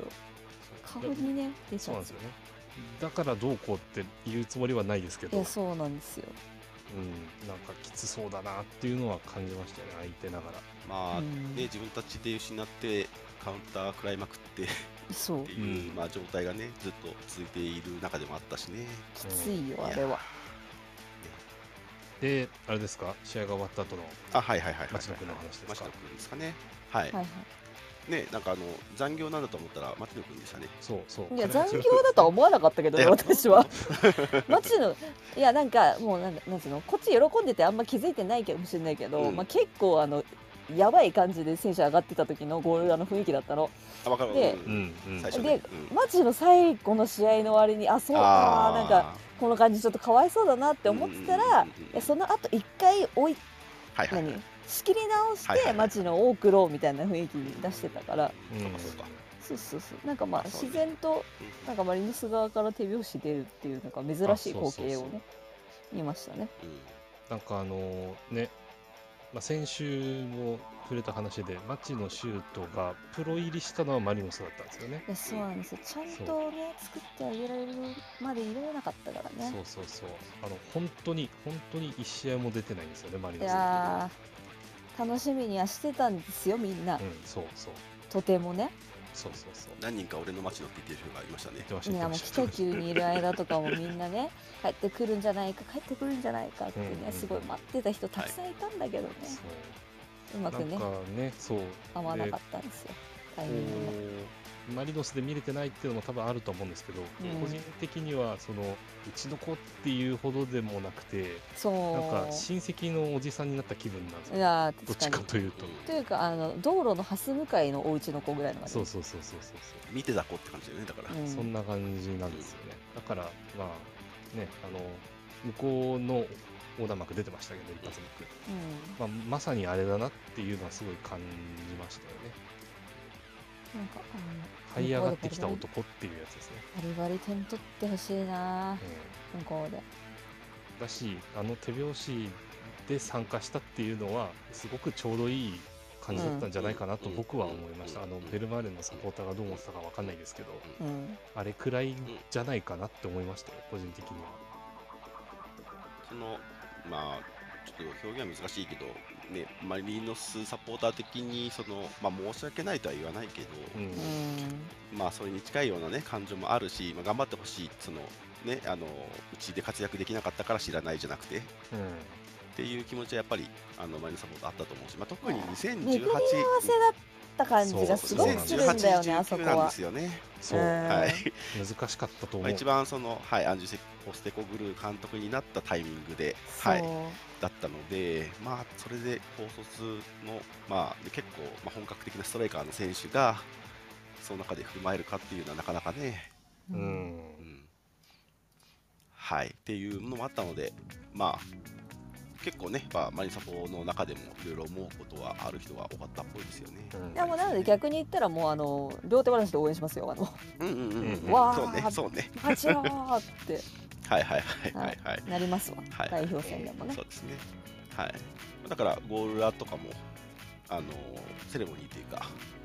[SPEAKER 1] そう
[SPEAKER 3] 顔にね出ち
[SPEAKER 1] そう
[SPEAKER 3] ゃ
[SPEAKER 1] なん
[SPEAKER 3] う
[SPEAKER 1] ですよねだからどうこうって言うつもりはないですけ
[SPEAKER 3] い
[SPEAKER 1] ど、う
[SPEAKER 3] や
[SPEAKER 1] ん、
[SPEAKER 3] そうなんですよ
[SPEAKER 1] なんかきつそうだなっていうのは感じましたよね相手ながら
[SPEAKER 2] まあ
[SPEAKER 3] う
[SPEAKER 2] ね
[SPEAKER 3] ん
[SPEAKER 2] 自分たちで失ってカウンター食らいまくって
[SPEAKER 3] そう
[SPEAKER 2] っていう、
[SPEAKER 1] うん
[SPEAKER 2] まあ、状態がねずっと続いている中でもあったしね。
[SPEAKER 3] きついよ
[SPEAKER 2] うん
[SPEAKER 3] あれは
[SPEAKER 1] であれですか試合が終わった後の
[SPEAKER 2] あはいはいはいはい、はい、
[SPEAKER 1] 町野君の話ですか
[SPEAKER 2] 町野君ですかね。はい、
[SPEAKER 3] はいは
[SPEAKER 2] ねなんかあの残業なんだと思ったら町野君でしたね。
[SPEAKER 1] そうそう
[SPEAKER 3] い
[SPEAKER 1] い
[SPEAKER 3] いや残業だとは思わなかった
[SPEAKER 2] [LAUGHS]
[SPEAKER 3] けどね
[SPEAKER 2] だよ
[SPEAKER 3] 私は町のいやなんかもうなんなんつうのこっち喜んでてあんま気づいてないかもしれないけど、
[SPEAKER 2] うん
[SPEAKER 3] まあ結構あのやばい感じで選手上がってた時のゴール裏の雰囲気だったの
[SPEAKER 2] あわかるわか
[SPEAKER 3] で
[SPEAKER 2] る。
[SPEAKER 1] うんうん
[SPEAKER 2] 最初ね
[SPEAKER 3] で
[SPEAKER 2] うん
[SPEAKER 3] マジの最後の試合の終わりにあそうかなんか
[SPEAKER 2] っ
[SPEAKER 3] この感じちょっとかわいそうだなって思ってたら、えそ
[SPEAKER 2] ん
[SPEAKER 3] の後一回追い
[SPEAKER 2] はいはいはい、
[SPEAKER 3] 何仕切り直
[SPEAKER 2] はい
[SPEAKER 3] し
[SPEAKER 2] はいは
[SPEAKER 3] て
[SPEAKER 2] い
[SPEAKER 3] 町の大黒みたいな雰囲気に出してたから、
[SPEAKER 1] うん
[SPEAKER 2] そうかそうか。
[SPEAKER 3] そうそうそうなんかまあ
[SPEAKER 2] あそうね
[SPEAKER 3] 自然と
[SPEAKER 2] うん
[SPEAKER 3] なんかマリノス側から手拍子出るっていうなんか珍しい光景を
[SPEAKER 1] あそうそう
[SPEAKER 3] ね見ましたね。
[SPEAKER 2] うん
[SPEAKER 1] なんかあのね、まあ、先週も触れた話で町野シュートがプロ入りしたのはマリノスだったんですよね
[SPEAKER 3] いやそうなんですよちゃんとね作ってあげられるまで入れなかったから
[SPEAKER 1] そ
[SPEAKER 3] ね
[SPEAKER 1] うそうそうあの本当に本当に1試合も出てないんですよねマリ
[SPEAKER 3] い
[SPEAKER 1] ノス
[SPEAKER 3] やー楽しみにはしてたんですよみん
[SPEAKER 1] う
[SPEAKER 3] な、
[SPEAKER 1] んそうそう
[SPEAKER 3] とてもね
[SPEAKER 1] そうそうそう
[SPEAKER 2] 何人か俺の町野って言ってる人がいましたね
[SPEAKER 1] 言ってました
[SPEAKER 3] い
[SPEAKER 1] 言って
[SPEAKER 3] や
[SPEAKER 1] ま
[SPEAKER 3] もう
[SPEAKER 1] した
[SPEAKER 3] 北急にいる間とかもみんなね帰ってくるんじゃないか帰ってくるんじゃないかってね、
[SPEAKER 1] うんうんうん
[SPEAKER 3] すごい待ってた人たくさんいたんだけどね、
[SPEAKER 1] そう
[SPEAKER 3] うま
[SPEAKER 1] な
[SPEAKER 3] く
[SPEAKER 1] ん
[SPEAKER 3] ね
[SPEAKER 1] かねそう
[SPEAKER 3] 合わな
[SPEAKER 1] で
[SPEAKER 3] かったんですよタイ
[SPEAKER 1] こ
[SPEAKER 3] ミングが
[SPEAKER 1] うマリノスで見れてないっていうのも多分あると思うんですけど、
[SPEAKER 3] うん
[SPEAKER 1] 個人的にはそのうちの子っていうほどでもなくてなんか
[SPEAKER 3] そ
[SPEAKER 1] 親戚のおじさんになった気分なんです
[SPEAKER 3] うい
[SPEAKER 1] よ
[SPEAKER 3] や
[SPEAKER 1] どっ
[SPEAKER 3] ー
[SPEAKER 1] ち
[SPEAKER 3] 確
[SPEAKER 1] か
[SPEAKER 3] かに
[SPEAKER 1] というと、
[SPEAKER 3] というかあの道路のハス向かいのお家の子ぐらいの感じ
[SPEAKER 1] そうそうそうそうそうそう
[SPEAKER 2] 見てた子って感じだよねだから、
[SPEAKER 3] うん
[SPEAKER 1] そんな感じなんですよね。だから、まあ、ね、あの、向こうの横断幕出てましたけど、一発目
[SPEAKER 3] うん、
[SPEAKER 1] まあ、まさにあれだなっていうのはすごい感じましたよね。
[SPEAKER 3] なんかあの
[SPEAKER 1] 這い上がってきた男っていうやつですね。
[SPEAKER 3] バリバリ点取ってほしいな
[SPEAKER 1] え
[SPEAKER 3] 向こうで
[SPEAKER 1] えだし、あの手拍子で参加したっていうのは、すごくちょうどいい感じだったんじゃないかなと僕は思いました。あの、ベルマーレのサポーターがどう思ってたかわかんないですけど、
[SPEAKER 3] うん
[SPEAKER 1] あれくらいじゃないかなって思いましたよ、個人的には。
[SPEAKER 2] そのまあちょっと表現は難しいけど、ね、マリノスサポーター的にその、まあ、申し訳ないとは言わないけど、
[SPEAKER 1] うん
[SPEAKER 3] う。ん
[SPEAKER 2] まあ、それに近いような、ね、感情もあるし、まあ、頑張ってほしいその、ね、あのうちで活躍できなかったから知らないじゃなくてっ
[SPEAKER 1] うん
[SPEAKER 2] ていう気持ちはやっぱりあのマリノスサポーターあったと思うし、まあ、特に
[SPEAKER 3] 巡り合わせだ
[SPEAKER 2] 2018
[SPEAKER 3] った感じがすごくするんだよねあそこ
[SPEAKER 2] なんで
[SPEAKER 3] は。
[SPEAKER 2] すよね。
[SPEAKER 1] そう、
[SPEAKER 3] うん
[SPEAKER 2] はい
[SPEAKER 1] 難しかったと思
[SPEAKER 2] まあ、
[SPEAKER 1] う。
[SPEAKER 2] 一番その、はい、アンジュセ・ポステコグルー監督になったタイミングで、はい、だったので、まあ、それで高卒の、まあ、で結構、まあ、本格的なストライカーの選手が、その中で振る舞えるかっていうのはなかなかね、
[SPEAKER 3] う
[SPEAKER 1] うんん
[SPEAKER 2] うんはい、っていうのもあったので、まあ、結構ね、まあ、マリンサポの中でもいろいろ思うことはある人は多かったっぽいですよね。
[SPEAKER 1] うん
[SPEAKER 3] いやもうなので逆に言ったらもうあの両手話で応援しますよあの
[SPEAKER 2] うんうんうんうん、
[SPEAKER 1] うん
[SPEAKER 2] う
[SPEAKER 3] わ
[SPEAKER 2] ん、そうね
[SPEAKER 3] ー、
[SPEAKER 2] そうね、
[SPEAKER 3] 「パチロー!」って
[SPEAKER 2] はいはいはいはいはい。
[SPEAKER 3] なり [LAUGHS] ますわ、
[SPEAKER 2] はい
[SPEAKER 3] 代表戦でもね
[SPEAKER 2] そうですね。はい。だからゴール裏とかもあのセレモニーというか、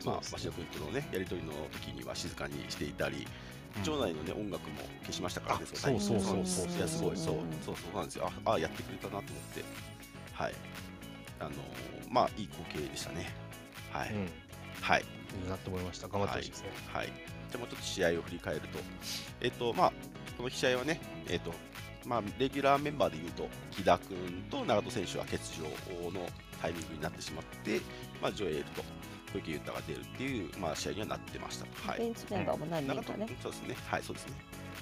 [SPEAKER 2] まあ
[SPEAKER 1] そうです
[SPEAKER 2] 町
[SPEAKER 1] ね
[SPEAKER 2] 野君とのねやり取りの時には静かにしていたり、
[SPEAKER 1] うん
[SPEAKER 2] 場内のね音楽も消しましたからね。
[SPEAKER 1] あ
[SPEAKER 2] のタイミング
[SPEAKER 3] そうそうそう
[SPEAKER 2] うん
[SPEAKER 3] そう
[SPEAKER 2] いやすごいそう
[SPEAKER 3] うん
[SPEAKER 2] そうそうなんですよ。ああやってくれたなと思って、はい。あのまあいい光景でしたね。はい、
[SPEAKER 1] うん、
[SPEAKER 2] はい。
[SPEAKER 1] いいなと思いました。頑張ってほしいですね。
[SPEAKER 2] はい、じゃあもうちょっと試合を振り返ると、えっとまあ、この試合はね、えっとまあ、レギュラーメンバーでいうと、木田君と長門選手は欠場のタイミングになってしまって、まあ、ジョエルと小池優太が出るっていう、まあ、試合にはなってました。は
[SPEAKER 3] ベ
[SPEAKER 2] い、
[SPEAKER 3] ンチメンバーも何人
[SPEAKER 2] 長
[SPEAKER 3] か
[SPEAKER 2] 門
[SPEAKER 3] ね
[SPEAKER 2] 君、そうですね、はい、そうですね。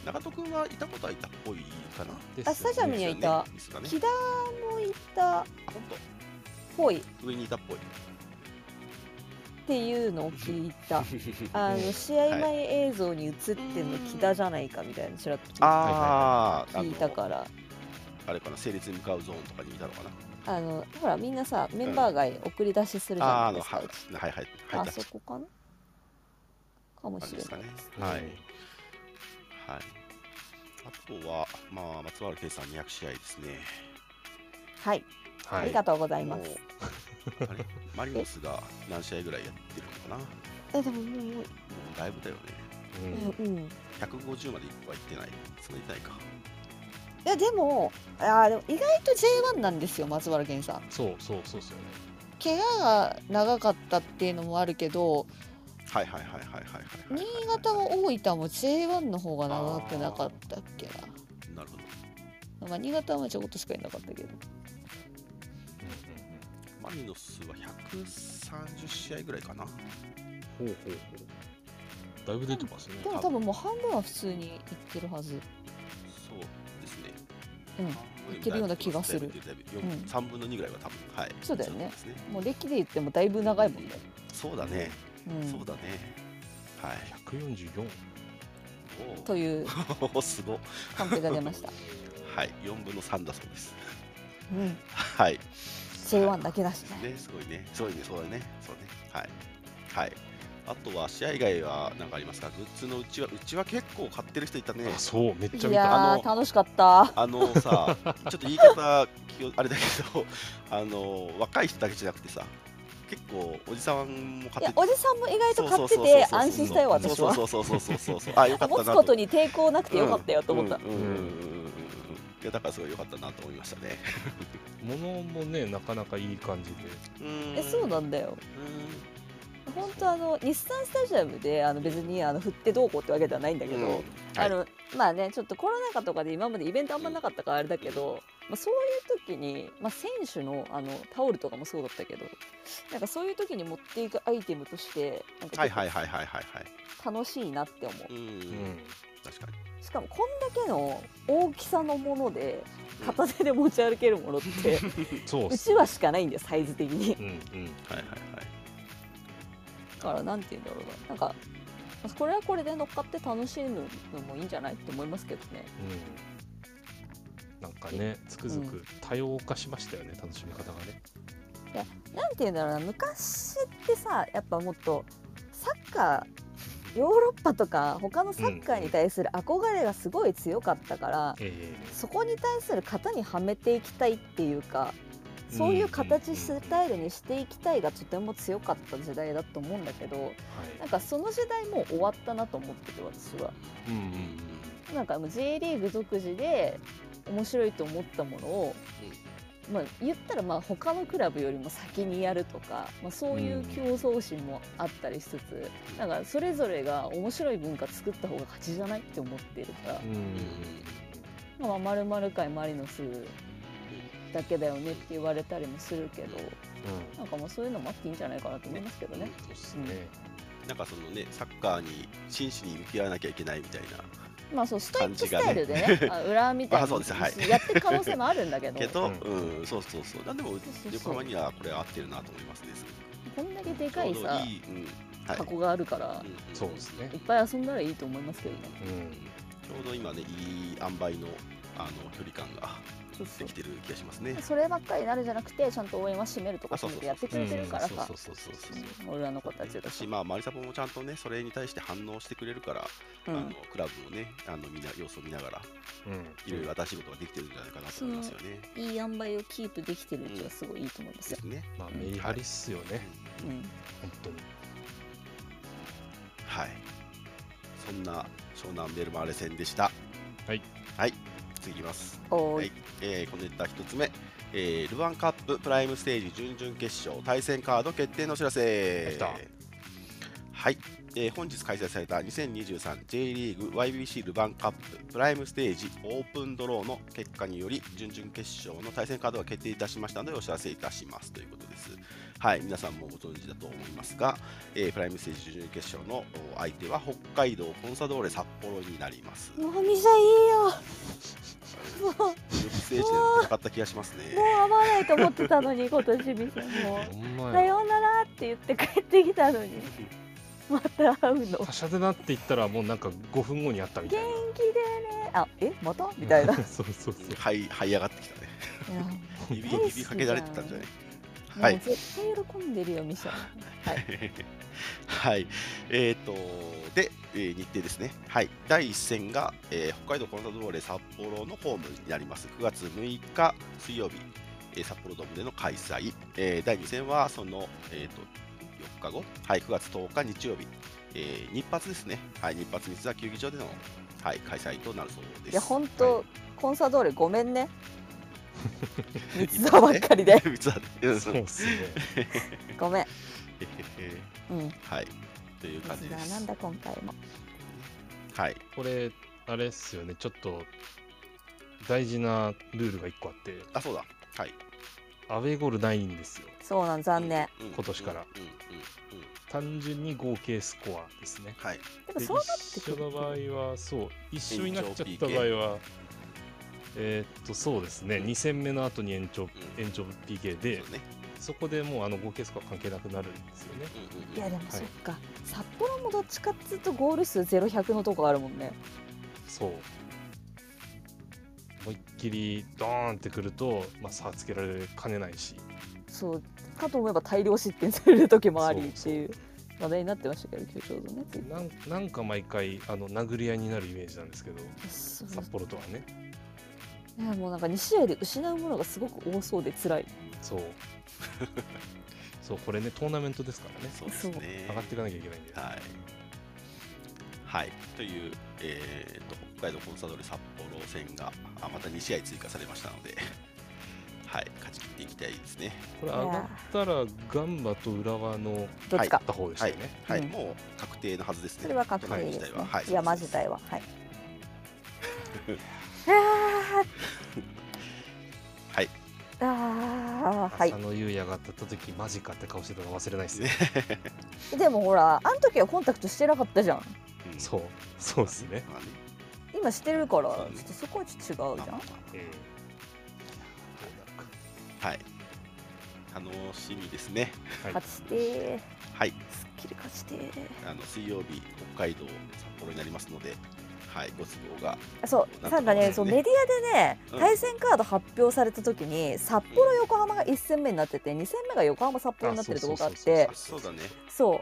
[SPEAKER 2] 長門君はいたことはいたっぽいかな。
[SPEAKER 1] ですよね
[SPEAKER 3] あスタジア
[SPEAKER 1] [LAUGHS]
[SPEAKER 3] ムにはいた
[SPEAKER 2] ですかね。
[SPEAKER 3] 木田もいたっ
[SPEAKER 2] あ本
[SPEAKER 3] ぽいっ
[SPEAKER 2] 当上にいたっぽい。
[SPEAKER 3] ていうのを聞いたあの試合前映像に映ってんの木田じゃないかみたいなのちらっと
[SPEAKER 2] あー、あ
[SPEAKER 3] 聞いた
[SPEAKER 2] の
[SPEAKER 3] から
[SPEAKER 2] あれかな、整列に向かうゾーンとかにいたのかな。
[SPEAKER 3] あのほらみんなさメンバー外送り出しするじゃ
[SPEAKER 2] あーあの、
[SPEAKER 3] ないですか
[SPEAKER 2] は
[SPEAKER 3] うち
[SPEAKER 2] はいはい、
[SPEAKER 3] あ
[SPEAKER 2] はい、
[SPEAKER 3] そこかなかも
[SPEAKER 2] あれ
[SPEAKER 3] し
[SPEAKER 2] で
[SPEAKER 3] れ
[SPEAKER 2] すか
[SPEAKER 3] ない
[SPEAKER 2] ね。
[SPEAKER 1] はい
[SPEAKER 2] はい。あとは、まあ、松原圭さん200試合ですね。
[SPEAKER 3] はいあ
[SPEAKER 1] は
[SPEAKER 3] り
[SPEAKER 1] い
[SPEAKER 3] がとうございま
[SPEAKER 2] も
[SPEAKER 3] す
[SPEAKER 2] う
[SPEAKER 3] [LAUGHS]
[SPEAKER 2] あれマリノスが何試合ぐらいやってるのかなも
[SPEAKER 3] えでももう
[SPEAKER 2] うだいぶだよね。
[SPEAKER 1] うん
[SPEAKER 3] うんい
[SPEAKER 2] 150まで1個はいってない。それ痛いか。
[SPEAKER 3] やでもあーでも意外と J1 なんですよ松原健さん
[SPEAKER 1] そうそうそうですよね
[SPEAKER 3] 怪我が長かったっていうのもあるけど
[SPEAKER 2] はいはいはいはいはいはいはい、
[SPEAKER 3] 新潟も大分も J1 の方が長くなかったっけ
[SPEAKER 2] なるほど。
[SPEAKER 3] なまあ新潟はちょこっとしかいなかったけど
[SPEAKER 2] マリノスは130試合ぐらいかな。
[SPEAKER 1] ほうほうほうだいぶ出てますね
[SPEAKER 3] でも多分もう半分は普通にいってるはず
[SPEAKER 2] そうですね。
[SPEAKER 3] うんいけるような気がするうん
[SPEAKER 2] 3分の2ぐらいは多分、はい。
[SPEAKER 3] そうだよね
[SPEAKER 2] ですね。
[SPEAKER 3] もう歴で言ってもだいぶ長いもんね
[SPEAKER 2] そうだね。
[SPEAKER 3] うん
[SPEAKER 2] そうだね。はい。
[SPEAKER 1] 144
[SPEAKER 2] おー
[SPEAKER 3] という
[SPEAKER 2] おー [LAUGHS] すごっ
[SPEAKER 3] カンペが出ました、
[SPEAKER 2] はい4分の3だそうです
[SPEAKER 3] うん、
[SPEAKER 2] はい
[SPEAKER 3] J1 だけだし
[SPEAKER 2] です
[SPEAKER 3] ね
[SPEAKER 2] ねすごいねすごいねそうだねそうねはいはいあとは試合以外は何かありますかグッズのうちはうちは結構買ってる人いたね
[SPEAKER 1] あそうめっちゃ
[SPEAKER 3] い
[SPEAKER 1] 見た
[SPEAKER 2] あ
[SPEAKER 3] や
[SPEAKER 2] の
[SPEAKER 3] ー楽しかった
[SPEAKER 2] あのさちょっと言い方気をあれだけどあの若い人だけじゃなくてさ結構おじさんも
[SPEAKER 3] い
[SPEAKER 2] 買っ
[SPEAKER 3] や
[SPEAKER 2] て
[SPEAKER 3] おじさんも意外と買っ
[SPEAKER 2] そ
[SPEAKER 3] て
[SPEAKER 2] うそうそう
[SPEAKER 3] て
[SPEAKER 2] そう
[SPEAKER 3] 安心したよ私は
[SPEAKER 2] そうそうそうそうそうそうあよかった
[SPEAKER 3] 持
[SPEAKER 2] な
[SPEAKER 3] つことに抵抗なくてよかったよと思った、
[SPEAKER 2] うんうんうんうんうんうんうんいやだからすごい良かったなと思いましたね
[SPEAKER 1] 物もねなかなかいい感じで
[SPEAKER 3] えそう
[SPEAKER 2] う
[SPEAKER 3] なんだよ
[SPEAKER 2] ん
[SPEAKER 3] 本当あの日産スタジアムであの別にあの振ってどうこうってわけではないんだけど、
[SPEAKER 2] うんはい
[SPEAKER 3] あのまあねちょっとコロナ禍とかで今までイベントあんまなかったからあれだけど、まあ、そういう時に、まあ、選手のあのタオルとかもそうだったけどなんかそういう時に持っていくアイテムとしてなんか
[SPEAKER 2] はい
[SPEAKER 3] 結
[SPEAKER 2] はいはいはいはいはい。
[SPEAKER 3] 構楽しいなって思う
[SPEAKER 2] う。、
[SPEAKER 1] うん
[SPEAKER 2] 確かに。
[SPEAKER 3] しかもこんだけの大きさのもので片手で持ち歩けるものって
[SPEAKER 2] [LAUGHS]
[SPEAKER 1] そうっ
[SPEAKER 3] う
[SPEAKER 1] す
[SPEAKER 3] ちわしかないんだよサイズ的に
[SPEAKER 1] うんうん
[SPEAKER 2] はいはいはい。
[SPEAKER 3] だからなんて言うんだろうななんかまあこれはこれで乗っかって楽しむのもいいんじゃないって思いますけどね
[SPEAKER 1] うんなんかねつくづ
[SPEAKER 3] う
[SPEAKER 1] く多様化しましたよね楽しみ方がね
[SPEAKER 3] なんて言うんだろうな昔ってさやっぱもっとサッカーヨーロッパとか他のサッカーに対する憧れがすごい強かったから、
[SPEAKER 1] え
[SPEAKER 3] そこに対する型にはめていきたいっていうかそういう
[SPEAKER 1] うん
[SPEAKER 3] 形
[SPEAKER 1] うん
[SPEAKER 3] スタイルにしていきたいがとても強かった時代だと思うんだけど
[SPEAKER 1] え
[SPEAKER 3] な
[SPEAKER 1] は
[SPEAKER 3] んかその時代もう終わったなと思ってて私は。
[SPEAKER 1] いうんうん
[SPEAKER 3] なんかもう J リーグ独自で面白いと思ったものを、まあ、言ったらまあ他のクラブよりも先にやるとか、まあ、そういう競争心もあったりしつつ、なんかそれぞれが面白い文化作った方が勝ちじゃないって思ってるから
[SPEAKER 1] うんうんうん
[SPEAKER 3] まあ、丸々回マリノスだけだよねって言われたりもするけどなんかまあそういうのもあっていいんじゃないかなと思いますけどね。
[SPEAKER 1] そうっすね
[SPEAKER 2] なんかそのね、サッカーに真摯に向き合わなきゃいけないみたいな。
[SPEAKER 3] まあそうストイックス
[SPEAKER 2] 感じがね
[SPEAKER 3] タイルでねあ裏みたい
[SPEAKER 2] あそうですはい
[SPEAKER 3] にやってる可能性もあるんだけど
[SPEAKER 2] けど、
[SPEAKER 1] う
[SPEAKER 2] うんん、そうそうそう。なんでも
[SPEAKER 3] そう
[SPEAKER 2] 横浜にはこれ合ってるなと思いますね。す
[SPEAKER 3] こんだけ
[SPEAKER 2] ごく
[SPEAKER 3] でかい
[SPEAKER 2] ちょうど
[SPEAKER 3] さ
[SPEAKER 2] いい、うん、はい。
[SPEAKER 3] 箱があるから
[SPEAKER 2] んん
[SPEAKER 1] そうですね
[SPEAKER 3] いっぱい遊んだらいいと思いますけどね。
[SPEAKER 1] うん
[SPEAKER 2] ちょうど今ね、いい塩梅のあの距離感が
[SPEAKER 3] そう
[SPEAKER 2] できてる気がしますね。
[SPEAKER 3] そればっかりになるじゃなくてちゃんと応援は締めるとか
[SPEAKER 2] あそう
[SPEAKER 3] 締
[SPEAKER 2] そ
[SPEAKER 3] め
[SPEAKER 2] うそう
[SPEAKER 3] てやってくれてるからさ
[SPEAKER 1] うんそうそうそうそう
[SPEAKER 3] うん俺らの子たちだ
[SPEAKER 2] だ
[SPEAKER 3] し
[SPEAKER 2] し、まあ、マリサポもちゃんとね、それに対して反応してくれるから、
[SPEAKER 3] う
[SPEAKER 2] あ
[SPEAKER 3] ん
[SPEAKER 2] のクラブもね、あのみんな様子を見ながら、
[SPEAKER 1] うん
[SPEAKER 2] いろいろ新しいことができてるんじゃないかなと思いますよね。
[SPEAKER 3] いい塩梅をキープできてるうちはすごいいいと思います
[SPEAKER 2] で
[SPEAKER 3] よ
[SPEAKER 2] す。ね。
[SPEAKER 1] まあメリハリっすよね
[SPEAKER 3] うん
[SPEAKER 1] 本当に
[SPEAKER 2] はい。そんな湘南ベルマーレ戦でした。
[SPEAKER 1] はい。
[SPEAKER 2] はい。次いきます。
[SPEAKER 3] お
[SPEAKER 2] は
[SPEAKER 3] ー
[SPEAKER 2] い
[SPEAKER 3] い。
[SPEAKER 2] えー、このネタ一つ目。えー、ルヴァンカッププライムステージ準々決勝対戦カード決定のお知らせ
[SPEAKER 1] やった。
[SPEAKER 2] はい、えー本日開催された 2023J リーグ YBC ルヴァンカッププライムステージオープンドローの結果により準々決勝の対戦カードが決定いたしましたのでお知らせいたしますということですはい皆さんもご存知だと思いますが、えープライムステージ準々決勝のお相手は北海道コンサドーレ札幌になり
[SPEAKER 3] [LAUGHS]
[SPEAKER 2] ます
[SPEAKER 3] もう店いいよもうもう
[SPEAKER 2] グループステージで戦った気がしますね
[SPEAKER 3] 合わないと思ってたのに今年店も
[SPEAKER 1] ほん
[SPEAKER 3] う
[SPEAKER 1] ま
[SPEAKER 3] さ
[SPEAKER 1] や
[SPEAKER 3] ようならって言って帰ってきたのにまた会うの
[SPEAKER 1] 他社でなって言ったらもうなんか5分後にあったみた
[SPEAKER 3] 元
[SPEAKER 1] いな
[SPEAKER 3] 気でねあえまたみたいない
[SPEAKER 1] [LAUGHS] そうそうそう
[SPEAKER 2] はいはい上がってき
[SPEAKER 3] [LAUGHS]
[SPEAKER 2] たね
[SPEAKER 3] や
[SPEAKER 2] 指指かけられてたんじゃない [LAUGHS] は
[SPEAKER 3] はいい、絶対喜んでるよミシャはい
[SPEAKER 2] はい、えー、とで、えー日程ですね、はい、第1戦が、えー北海道コンサドーレ札幌のホームになります、9月6日水曜日、えー札幌ドームでの開催、えー第2戦はその、えー、と4日後、はい、9月10日日曜日、えー日発ですね、はい、日発三沢球技場での、はい、開催となるそうです。
[SPEAKER 3] いや本当、
[SPEAKER 2] はい
[SPEAKER 3] コンサドーレごめんね三
[SPEAKER 2] 一
[SPEAKER 3] 沢ばっかりで
[SPEAKER 2] [LAUGHS] 三沢うん [LAUGHS]
[SPEAKER 1] そうっすね
[SPEAKER 3] ごめんうん
[SPEAKER 2] はい、という感じ
[SPEAKER 3] 三
[SPEAKER 2] で
[SPEAKER 3] 沢
[SPEAKER 2] す。
[SPEAKER 3] なんだ今回も
[SPEAKER 2] はい、
[SPEAKER 1] これあれっすよねちょっと大事なルールが1個あって
[SPEAKER 2] あ、そうだ、はい、
[SPEAKER 1] アウェーゴールないんですよ
[SPEAKER 3] そうなん残念、
[SPEAKER 2] うん、
[SPEAKER 1] 今年から
[SPEAKER 2] うんうんうんうん
[SPEAKER 1] 単純に合計スコアですね
[SPEAKER 2] はい、
[SPEAKER 1] で
[SPEAKER 3] でもそうなって
[SPEAKER 1] 一
[SPEAKER 3] く
[SPEAKER 1] 緒の
[SPEAKER 3] る
[SPEAKER 1] 場合
[SPEAKER 3] と
[SPEAKER 1] はそう一緒になっちゃった場合はえーっとそうですね2戦目の後に延長
[SPEAKER 2] うん
[SPEAKER 1] 延長 PK で
[SPEAKER 2] そうね、
[SPEAKER 1] そこでもうあの合計スコア関係なくなるんですよね
[SPEAKER 2] うんうんうん
[SPEAKER 3] いやでも
[SPEAKER 1] はい
[SPEAKER 3] そっか、札幌もどっちかっつうとゴール数0100のとこあるもんね
[SPEAKER 1] そう思いっきりドーンってくると、まあ、差つけられかねないし
[SPEAKER 3] そうかと思えば大量失点される時もありっ
[SPEAKER 1] そ
[SPEAKER 3] て
[SPEAKER 1] う
[SPEAKER 3] いう話題になってましたけど今日ちょうどねツイッタ
[SPEAKER 1] なんなんか毎回あの殴り合いになるイメージなんですけど
[SPEAKER 3] ーそう
[SPEAKER 1] 札幌とはね
[SPEAKER 3] いやもうなんか2試合で失うものがすごく多そうで辛い
[SPEAKER 1] そう
[SPEAKER 3] [LAUGHS]
[SPEAKER 1] そうこれねトーナメントですからね
[SPEAKER 2] そうですね。
[SPEAKER 1] 上がっていかなきゃいけないんで、
[SPEAKER 2] はい。はい、という、えー、と北海道コンサドーレ札幌戦があまた2試合追加されましたので、 [LAUGHS] はい、勝ち切っていきたいですね。
[SPEAKER 1] これ上がったらガンバと浦和の
[SPEAKER 3] どっちか、
[SPEAKER 1] った方でした
[SPEAKER 2] はい
[SPEAKER 1] よね、、
[SPEAKER 2] はい
[SPEAKER 3] うん
[SPEAKER 2] もう確定のはずですね。
[SPEAKER 3] それは確定です、
[SPEAKER 2] この
[SPEAKER 3] ね
[SPEAKER 2] 自体ははい、
[SPEAKER 3] いや
[SPEAKER 2] そう
[SPEAKER 3] マジ
[SPEAKER 2] です
[SPEAKER 3] だよはいあ
[SPEAKER 2] はい。
[SPEAKER 3] ーあーはい
[SPEAKER 1] 浅野雄也が当たった時マジかって顔してたの忘れないですね
[SPEAKER 2] ね
[SPEAKER 3] でもほらあの時はコンタクトしてなかったじゃん
[SPEAKER 2] うん
[SPEAKER 1] そうそうですね、
[SPEAKER 2] まあね
[SPEAKER 3] 今してるからち
[SPEAKER 2] そ
[SPEAKER 3] ょ
[SPEAKER 2] うね
[SPEAKER 3] っとそこはちょっと違う
[SPEAKER 2] まあ
[SPEAKER 3] じゃ
[SPEAKER 2] まあ
[SPEAKER 3] ん
[SPEAKER 2] まあ
[SPEAKER 1] うん
[SPEAKER 2] はい。楽しみですね。
[SPEAKER 1] はい
[SPEAKER 3] 勝ちてー
[SPEAKER 2] はい。
[SPEAKER 3] すっきり勝ちてー
[SPEAKER 2] あの水曜日、北海道、札幌になりますので、はい、ご都合が、
[SPEAKER 3] あそうなん
[SPEAKER 2] な
[SPEAKER 3] かね
[SPEAKER 2] んとかね
[SPEAKER 3] そうメディアでね、
[SPEAKER 2] うん
[SPEAKER 3] 対戦カード発表された時に札幌横浜が1戦目になってて2戦目が横浜札幌になってるとこがあっ
[SPEAKER 1] あそうそうそう
[SPEAKER 3] て
[SPEAKER 1] そ
[SPEAKER 2] あそうだね、
[SPEAKER 3] そう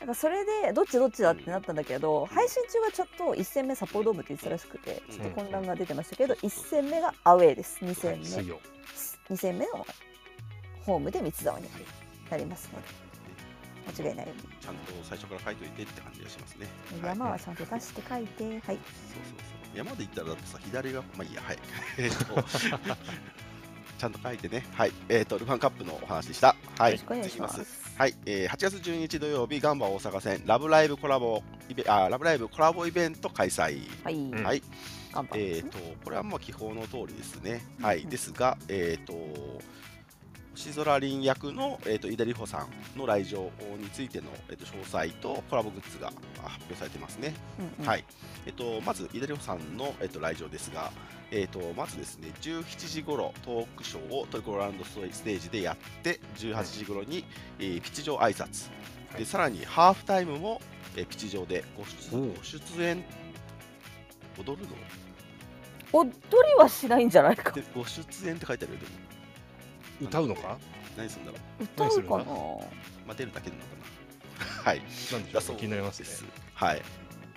[SPEAKER 3] なんかそれでどっちどっちだってなったんだけど配信中はちょっと1戦目札幌ドームって言ってたらしくてちょっと混乱が出てましたけど1戦目がアウェーです2戦
[SPEAKER 1] 水
[SPEAKER 3] 目
[SPEAKER 1] 曜
[SPEAKER 3] 2戦目のホームで三沢になりますので間違いないよう
[SPEAKER 2] ちゃんと最初から書いといてって感じがしますね。
[SPEAKER 3] に
[SPEAKER 2] はい
[SPEAKER 3] 山はちゃんと出して書いて
[SPEAKER 2] そうそ
[SPEAKER 3] はい
[SPEAKER 2] うそう山で行ったらだってさ左がまあいいやはいえ
[SPEAKER 3] [LAUGHS]
[SPEAKER 2] っとちゃんと書いてねはいえっ、とルファンカップのお話でしたはい
[SPEAKER 3] よろしくお願いしま
[SPEAKER 2] ぜひ
[SPEAKER 3] す
[SPEAKER 2] はい、えー8月12日土曜日ガンバ大阪戦ラブライブコラボイベあラブライブコラボイベント開催
[SPEAKER 3] はい
[SPEAKER 1] ん
[SPEAKER 2] はい、
[SPEAKER 3] 頑張
[SPEAKER 2] えー、
[SPEAKER 3] る
[SPEAKER 2] とこれはもう気泡の通りですね、
[SPEAKER 3] うん
[SPEAKER 2] はい、ですが、えー、と星空凛役の、えー、と井田里穂さんの来場についての、えー、と詳細とコラボグッズがあ発表されてますね、はいいえっと、まず井田里穂さんの、えっと、来場ですが、えっと、まずですね17時頃トークショーをトリコロランドステージでやって18時頃に、えーピッチ上挨拶
[SPEAKER 1] は
[SPEAKER 2] で
[SPEAKER 1] い
[SPEAKER 2] さらにハーフタイムも、えーピッチ上でご出
[SPEAKER 1] おう
[SPEAKER 2] ご出演踊るの
[SPEAKER 3] 踊りはしないんじゃないか
[SPEAKER 2] でご出演って書いてあるよでも
[SPEAKER 1] 歌うのか
[SPEAKER 2] 何するんだろ
[SPEAKER 3] [LAUGHS] 歌うかな
[SPEAKER 1] 何する
[SPEAKER 2] う、まあ、出るだけなのかな [LAUGHS] はい
[SPEAKER 1] なんでしょ
[SPEAKER 2] だ
[SPEAKER 1] う
[SPEAKER 2] そう
[SPEAKER 1] 気になります
[SPEAKER 2] で
[SPEAKER 1] ね
[SPEAKER 2] すはい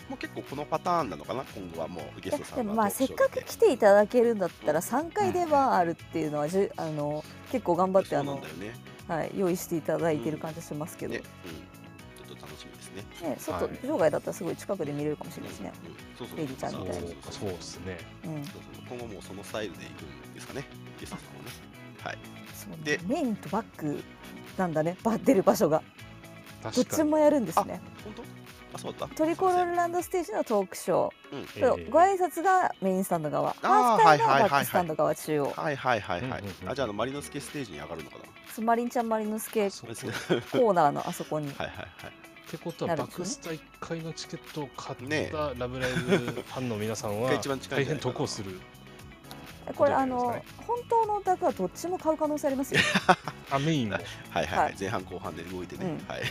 [SPEAKER 2] もう結構このパターンなのかな今後はもうゲストさん
[SPEAKER 3] で
[SPEAKER 2] は
[SPEAKER 3] もまあ
[SPEAKER 2] トー
[SPEAKER 3] せ
[SPEAKER 2] ク
[SPEAKER 3] っ
[SPEAKER 2] ショー
[SPEAKER 3] か
[SPEAKER 2] で
[SPEAKER 3] く来ていただけるんだったら
[SPEAKER 2] うん
[SPEAKER 3] 3回出番あるっていうのはじゅあの結構頑張って
[SPEAKER 2] そ
[SPEAKER 3] あ
[SPEAKER 2] うな
[SPEAKER 3] の
[SPEAKER 2] んだよね
[SPEAKER 3] はい用意していただいてる感じしますけど
[SPEAKER 2] ね
[SPEAKER 3] ね、
[SPEAKER 2] うん、ちょっと楽しみですね。
[SPEAKER 3] 外
[SPEAKER 1] はい
[SPEAKER 3] 場外だったらすごい近くで見れるかもしれないですね。
[SPEAKER 2] うん。そうそう
[SPEAKER 3] レイジちゃん
[SPEAKER 1] そ
[SPEAKER 3] み
[SPEAKER 1] う
[SPEAKER 3] たいな
[SPEAKER 1] そうですね
[SPEAKER 3] うん、
[SPEAKER 2] そうそう今後もうそのスタイルでいくんですかね。ゲストさんはね。はい。
[SPEAKER 3] そうね
[SPEAKER 2] で
[SPEAKER 3] メインとバックなんだねば出る場所がどっ
[SPEAKER 1] 確か
[SPEAKER 3] ち
[SPEAKER 1] に
[SPEAKER 3] もやるんですね
[SPEAKER 2] 本当あそうだった
[SPEAKER 3] トリコロールランドステージのトークショー
[SPEAKER 1] え
[SPEAKER 3] そう
[SPEAKER 1] ー
[SPEAKER 3] ご挨拶がメインスタンド側ハー
[SPEAKER 2] あー
[SPEAKER 3] フタイム
[SPEAKER 2] はいはいはいはい
[SPEAKER 3] がバックスタンド側中央
[SPEAKER 2] はいはいはいはい、
[SPEAKER 1] うんうんうん
[SPEAKER 2] あじゃああのマリノスケステージに上がるのかな
[SPEAKER 3] そうマリンちゃんマリノスケ
[SPEAKER 1] そう
[SPEAKER 2] ですね
[SPEAKER 3] コーナーのあそ
[SPEAKER 2] [LAUGHS]
[SPEAKER 3] こに
[SPEAKER 2] はいはいはい
[SPEAKER 1] ってことは、
[SPEAKER 3] なるん
[SPEAKER 1] バ
[SPEAKER 3] ですね
[SPEAKER 1] クスタ1回のチケットを買
[SPEAKER 2] ね
[SPEAKER 1] っ
[SPEAKER 2] え
[SPEAKER 1] たラブライブファンの皆さんは
[SPEAKER 2] が一番近い
[SPEAKER 1] 大
[SPEAKER 2] んじ
[SPEAKER 1] 変
[SPEAKER 2] ゃないかな
[SPEAKER 1] 得をする。
[SPEAKER 3] これ
[SPEAKER 1] どう
[SPEAKER 3] あ
[SPEAKER 1] いう
[SPEAKER 3] の
[SPEAKER 1] ことですかね
[SPEAKER 3] 本当のお宅はどっちも買う可能性あ
[SPEAKER 2] [LAUGHS]
[SPEAKER 3] りますよ
[SPEAKER 1] あ、メインも。
[SPEAKER 2] はいはい、は
[SPEAKER 3] はいい、
[SPEAKER 2] 前半後半で動いてね、
[SPEAKER 3] うん
[SPEAKER 2] はい、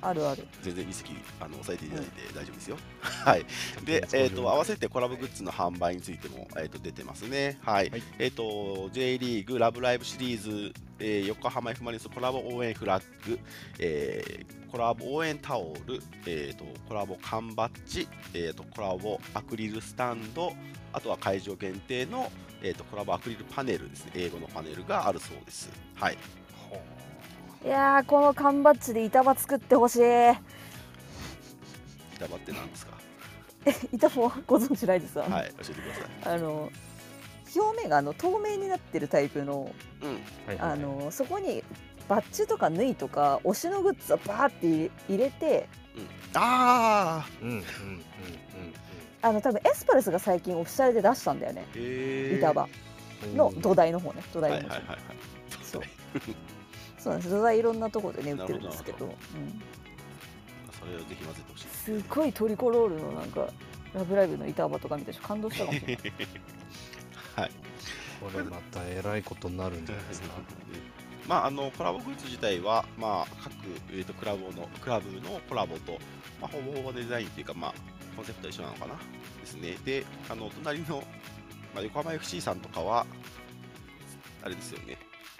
[SPEAKER 3] あるある
[SPEAKER 2] 全然実績あの抑えていただいて大丈夫ですよ。はい、で、えー、と合わせてコラボグッズの販売についても、えー、と出てますね。はい
[SPEAKER 1] はい
[SPEAKER 2] えー、と J リーグ、ラブライブシリーズ、えー横浜 F ・マリノスコラボ応援フラッグ、えーコラボ応援タオル、えー、とコラボ缶バッジ、えー、とコラボアクリルスタンド、あとは会場限定の、えー、とコラボアクリルパネルですね、英語のパネルがあるそうです。はい、
[SPEAKER 1] ほう
[SPEAKER 3] いやーこの缶バッジで板場作ってほしい [LAUGHS]
[SPEAKER 2] 板場って何ですか、
[SPEAKER 3] 板場ご存知ないですか、
[SPEAKER 2] はい、教えてください。
[SPEAKER 3] あの表面があの透明になってるタイプの
[SPEAKER 2] うん
[SPEAKER 1] はいはいはい
[SPEAKER 3] あのそこにバッジとか縫いとか推しのグッズをバーって入れて
[SPEAKER 2] うん、ああ、
[SPEAKER 1] うんうんうんうん
[SPEAKER 3] あの多分エスパルスが最近オフィシャルで出したんだよね
[SPEAKER 2] えー、
[SPEAKER 3] 板場
[SPEAKER 1] うん
[SPEAKER 3] の土台の方ね土
[SPEAKER 2] はい
[SPEAKER 3] 台
[SPEAKER 2] はい
[SPEAKER 3] の
[SPEAKER 2] はい
[SPEAKER 3] 方
[SPEAKER 2] はい。
[SPEAKER 3] そうそうなんです土台いろんなとこでね売ってるんですけど
[SPEAKER 2] なる
[SPEAKER 3] うん
[SPEAKER 2] それをぜひ混ぜてほしいです
[SPEAKER 3] す
[SPEAKER 2] ね。
[SPEAKER 3] ごいトリコロールのなんか「ラブライブ!」の板場とか見て感動したかもしれない
[SPEAKER 2] [LAUGHS] はい。
[SPEAKER 1] これまたえらいことになるんじゃないですか。
[SPEAKER 2] まああのコラボグッズ自体はまあ各えっ、とクラブのクラブのコラボとまあほぼほぼデザインというかまあコンセプトは一緒なのかなですね。であの隣のまあ横浜 FC さんとかはあれですよね。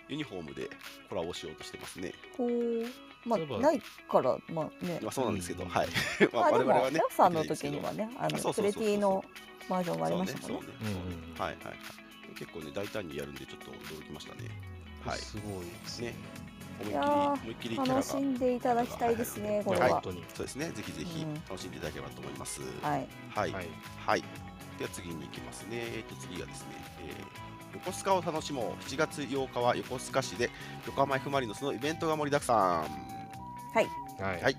[SPEAKER 2] ユニフォームでコラボしようとしてますね。
[SPEAKER 3] こうま
[SPEAKER 1] そういえば
[SPEAKER 3] あないからまあね
[SPEAKER 2] まあそうなんですけど、
[SPEAKER 1] うん
[SPEAKER 2] はい。ま
[SPEAKER 3] まあでも
[SPEAKER 2] ね
[SPEAKER 3] ラフさんの時にはねあ
[SPEAKER 2] あそう
[SPEAKER 3] の
[SPEAKER 2] そ
[SPEAKER 3] プ
[SPEAKER 2] うそう
[SPEAKER 3] レ
[SPEAKER 2] そ
[SPEAKER 3] テ
[SPEAKER 2] う
[SPEAKER 3] ィのバージョンもありました
[SPEAKER 2] そう
[SPEAKER 3] もん
[SPEAKER 2] ね
[SPEAKER 3] ね。
[SPEAKER 2] そう
[SPEAKER 1] う
[SPEAKER 2] ね
[SPEAKER 1] んうんうん
[SPEAKER 2] はいはいはい。結構ね大胆にやるんでちょっと驚きましたね。はい。
[SPEAKER 1] すごいですね。
[SPEAKER 2] 思いっきり
[SPEAKER 3] いやー
[SPEAKER 2] 思いっきりキャラが
[SPEAKER 3] 楽しんでいただきたいですねこれ
[SPEAKER 2] はい
[SPEAKER 1] や
[SPEAKER 3] は
[SPEAKER 1] 本当に。
[SPEAKER 2] そうですね。ぜひぜひ
[SPEAKER 3] うん
[SPEAKER 2] 楽しんでいただければと思います。は
[SPEAKER 3] はい
[SPEAKER 2] い
[SPEAKER 1] はい。
[SPEAKER 2] はい。では次に行きますね。えっと次はですね。えー横須賀を楽しもう7月8日は横須賀市で横浜 F ・マリノスのイベントが盛りだくさん
[SPEAKER 3] はい
[SPEAKER 1] はい。
[SPEAKER 2] はい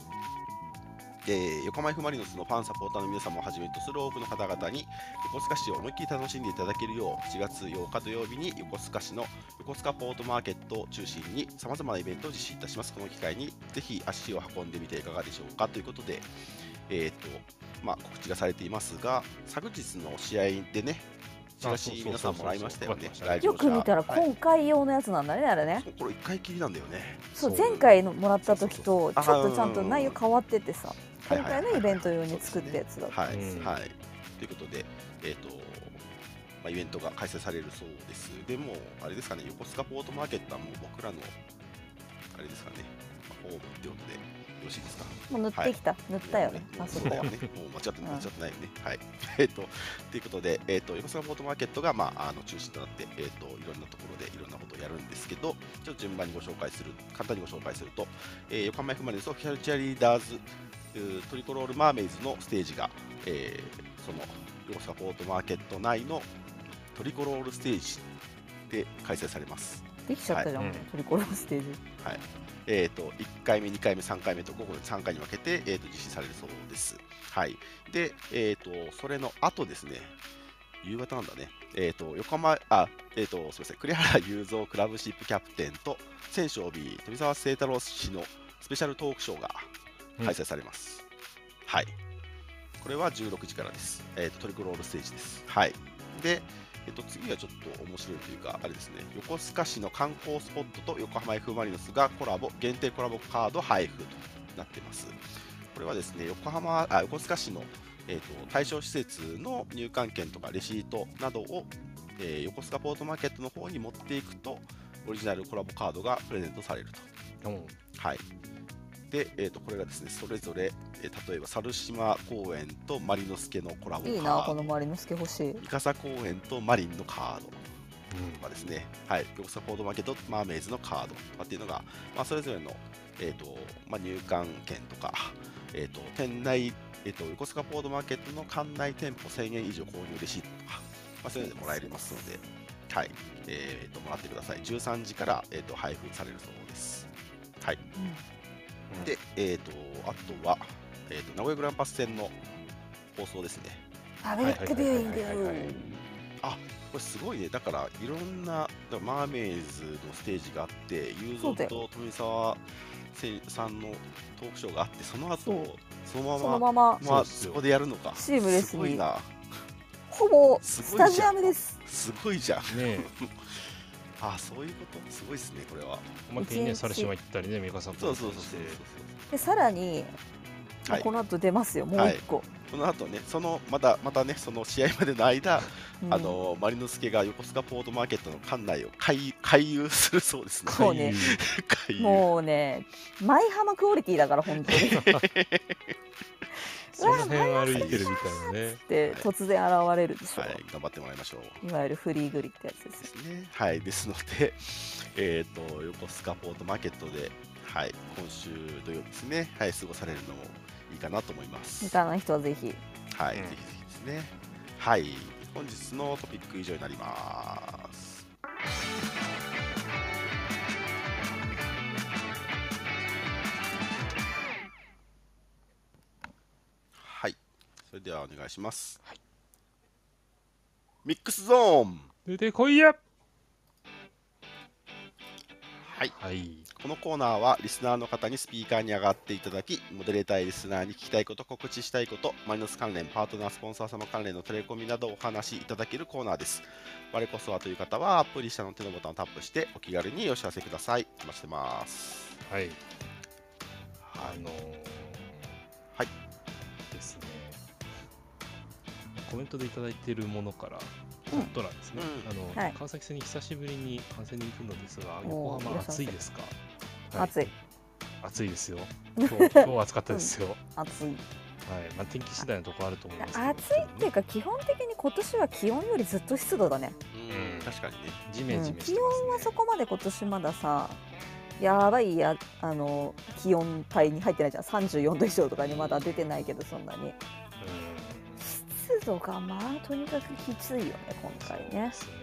[SPEAKER 2] えー横浜 F ・マリノスのファンサポーターの皆様をはじめとする多くの方々に横須賀市を思いっきり楽しんでいただけるよう7月8日土曜日に横須賀市の横須賀ポートマーケットを中心にさまざまなイベントを実施いたしますこの機会にぜひ足を運んでみていかがでしょうかということで、えーとまあ、告知がされていますが昨日の試合でねチラ
[SPEAKER 1] あそうそうそうそう
[SPEAKER 2] シ皆さんもらいましたよね
[SPEAKER 1] 配って
[SPEAKER 3] よく見たら
[SPEAKER 2] はい
[SPEAKER 3] 今回用のやつなんだねあれね
[SPEAKER 2] そうこれ1回きりなんだよね
[SPEAKER 3] そう
[SPEAKER 1] そう
[SPEAKER 3] 前回のもらった時とち
[SPEAKER 2] そう
[SPEAKER 3] ょっ
[SPEAKER 2] そうそう
[SPEAKER 3] とちゃんと内容変わっててさ
[SPEAKER 2] あー
[SPEAKER 3] 今回のイベント用に作ったやつだ
[SPEAKER 2] はい、
[SPEAKER 1] うん
[SPEAKER 2] はい。ということで、えっ、と、まあ、イベントが開催されるそうです。でも、あれですかね、横須賀ポートマーケットはもう僕らの、あれですかね、まあホームってことで、よろしいですか。
[SPEAKER 3] もう塗ってきた塗ったよね
[SPEAKER 2] もう
[SPEAKER 3] あ
[SPEAKER 2] そ
[SPEAKER 3] そうこ
[SPEAKER 2] だよ
[SPEAKER 3] は
[SPEAKER 2] ね。もう間違って、
[SPEAKER 3] ん
[SPEAKER 2] 間違ってないよね。はい。 [LAUGHS] えっ、と、ということで、えっ、と、横須賀ポートマーケットが、まあ、あの、中心となって、えっ、と、いろんなところでいろんなことをやるんですけど、ちょっと順番にご紹介する、簡単にご紹介すると、えー横浜 F ・マリノスオフィシャルチアリーダーズえートリコロールマーメイズのステージが、えーその横須賀ポートマーケット内のトリコロールステージで開催されます。
[SPEAKER 3] できちゃったじゃ
[SPEAKER 1] はい
[SPEAKER 3] ん
[SPEAKER 1] うん
[SPEAKER 3] トリコロールステージ
[SPEAKER 2] えー、と1回目、2回目、3回目と午後の3回に分けて、えー、と実施されるそうです。はい、で、えー、とそれの後ですね、夕方なんだね、えー、と横浜、あ、えー、とすみません、栗原雄三クラブシップキャプテンと選手 OB、富澤清太郎氏のスペシャルトークショーが開催されます。はい、これは16時からです、えーと。トリコロールステージです。はい、で、えっと、次はちょっと面白いというか、あれですね、横須賀市の観光スポットと横浜 F ・マリノスがコラボ、限定コラボカード配布となってます。これはですね、横浜あ横須賀市の、えっと対象施設の入館券とかレシートなどを、えー横須賀ポートマーケットの方に持っていくと、オリジナルコラボカードがプレゼントされると。
[SPEAKER 1] うん
[SPEAKER 2] はい。で、えー、とこれがですね、それぞれ、えー例えば猿島公園とマリノスケのコラボカード、
[SPEAKER 3] いいなこの周りの助欲しい
[SPEAKER 2] 三笠公園とマリンのカードとかですね、はい、横須賀ポートマーケットマーメイズのカードとかっていうのが、まあ、それぞれの、えーとまあ、入館券とか、えー、と店内、えー、と横須賀ポートマーケットの館内店舗1000円以上購入レシートとか、まあ、そういうのでもらえますので、はいえー、ともらってください。13時から、えー、と配布されるそうです。はい
[SPEAKER 3] うん
[SPEAKER 1] うん
[SPEAKER 2] で、えっ、と、あとは、えっ、と、名古屋グランパス戦の放送ですね。
[SPEAKER 3] パブリックビューイング
[SPEAKER 1] はいはいはいはいはい
[SPEAKER 2] これすごいね、だからいろんなだからマーメイズのステージがあって、雄
[SPEAKER 3] そうだ
[SPEAKER 2] 三
[SPEAKER 3] よ
[SPEAKER 2] と富澤せさんのトークショーがあって、その後
[SPEAKER 3] そう
[SPEAKER 2] そのまま
[SPEAKER 3] その
[SPEAKER 2] ま
[SPEAKER 3] まま
[SPEAKER 1] そう
[SPEAKER 2] あ、
[SPEAKER 1] っす
[SPEAKER 2] そ
[SPEAKER 1] よ
[SPEAKER 2] こでやるのか。
[SPEAKER 3] シームレスに
[SPEAKER 2] すごいな。
[SPEAKER 3] ほぼ
[SPEAKER 2] す
[SPEAKER 3] ス
[SPEAKER 2] ごいじゃ
[SPEAKER 3] タ
[SPEAKER 2] ん
[SPEAKER 3] ジアムです
[SPEAKER 2] すごいじゃん。
[SPEAKER 1] ね
[SPEAKER 2] あそういうことすごいですね、これは。
[SPEAKER 1] おまけにね、
[SPEAKER 3] 一日
[SPEAKER 1] 猿島行ったりね、美香さん
[SPEAKER 2] そうそうそう
[SPEAKER 1] し
[SPEAKER 2] そう
[SPEAKER 1] て。
[SPEAKER 3] でさらに、まあ
[SPEAKER 2] はい
[SPEAKER 3] この後出ますよもう一個、
[SPEAKER 2] その後ね、そのまたまたね、その試合までの間、
[SPEAKER 3] うん
[SPEAKER 2] あのマリノスケが横須賀ポートマーケットの館内を回回遊するそうですね。
[SPEAKER 3] そうね
[SPEAKER 2] 回遊
[SPEAKER 3] もうね舞浜クオリティだから本当 [LAUGHS] に
[SPEAKER 1] その辺を歩いてるみたいな
[SPEAKER 3] [LAUGHS]
[SPEAKER 1] ね。
[SPEAKER 3] で突然現れるでしょ、
[SPEAKER 2] はい、頑張ってもらいましょう。
[SPEAKER 3] いわゆるフリーグリってやつです
[SPEAKER 2] で
[SPEAKER 3] よ
[SPEAKER 2] すね。はい、ですので、 [LAUGHS] えっ、と、横須賀ポートマーケットで、はい、今週土曜日ですね、はい、過ごされるのもいいかなと思います。
[SPEAKER 3] 行かない人はぜひ
[SPEAKER 2] はい、
[SPEAKER 1] うん
[SPEAKER 2] ぜひぜひですね。はい、本日のトピック以上になります。はい、それではお願いします。ミックスゾーン。
[SPEAKER 1] 出てこいや
[SPEAKER 2] はい。
[SPEAKER 1] はい。
[SPEAKER 2] このコーナーはリスナーの方にスピーカーに上がっていただき、モデレーターやリスナーに聞きたいこと、告知したいこと、マイナス関連、パートナー、スポンサー様関連の取り込みなどをお話しいただけるコーナーです。我こそはという方は、アプリ下の手のボタンをタップして、お気軽にお知らせください。お待ちしてます。
[SPEAKER 1] はい。
[SPEAKER 2] は
[SPEAKER 1] あ
[SPEAKER 2] い。
[SPEAKER 1] のー
[SPEAKER 2] はい
[SPEAKER 1] ですねコメントでいただいているものから
[SPEAKER 3] うん
[SPEAKER 1] ドラですね、あの
[SPEAKER 3] はい
[SPEAKER 1] 川崎戦に久しぶりに観戦に行くのですが横
[SPEAKER 3] おーい
[SPEAKER 1] 浜
[SPEAKER 3] らっしゃいま
[SPEAKER 1] 暑
[SPEAKER 3] せ
[SPEAKER 1] いですか、はい、
[SPEAKER 3] 暑い
[SPEAKER 1] 暑いですよ今日
[SPEAKER 3] [LAUGHS]
[SPEAKER 1] 今日は暑かったですよ、
[SPEAKER 3] 暑い
[SPEAKER 1] はいまあ、天気次第のとこあると思いますけど
[SPEAKER 3] 暑いっていうか基本的に今年は気温よりずっと湿度だね
[SPEAKER 2] うん、確かにね。
[SPEAKER 1] ジメジメしてます、
[SPEAKER 3] 気
[SPEAKER 1] ね
[SPEAKER 3] 温はそこまで今年まださやばいやあの気温帯に入ってないじゃん34度以上とかにまだ出てないけどそんなに湿度がまあとにかくきついよね今回
[SPEAKER 1] うんそう
[SPEAKER 3] ね
[SPEAKER 1] ですね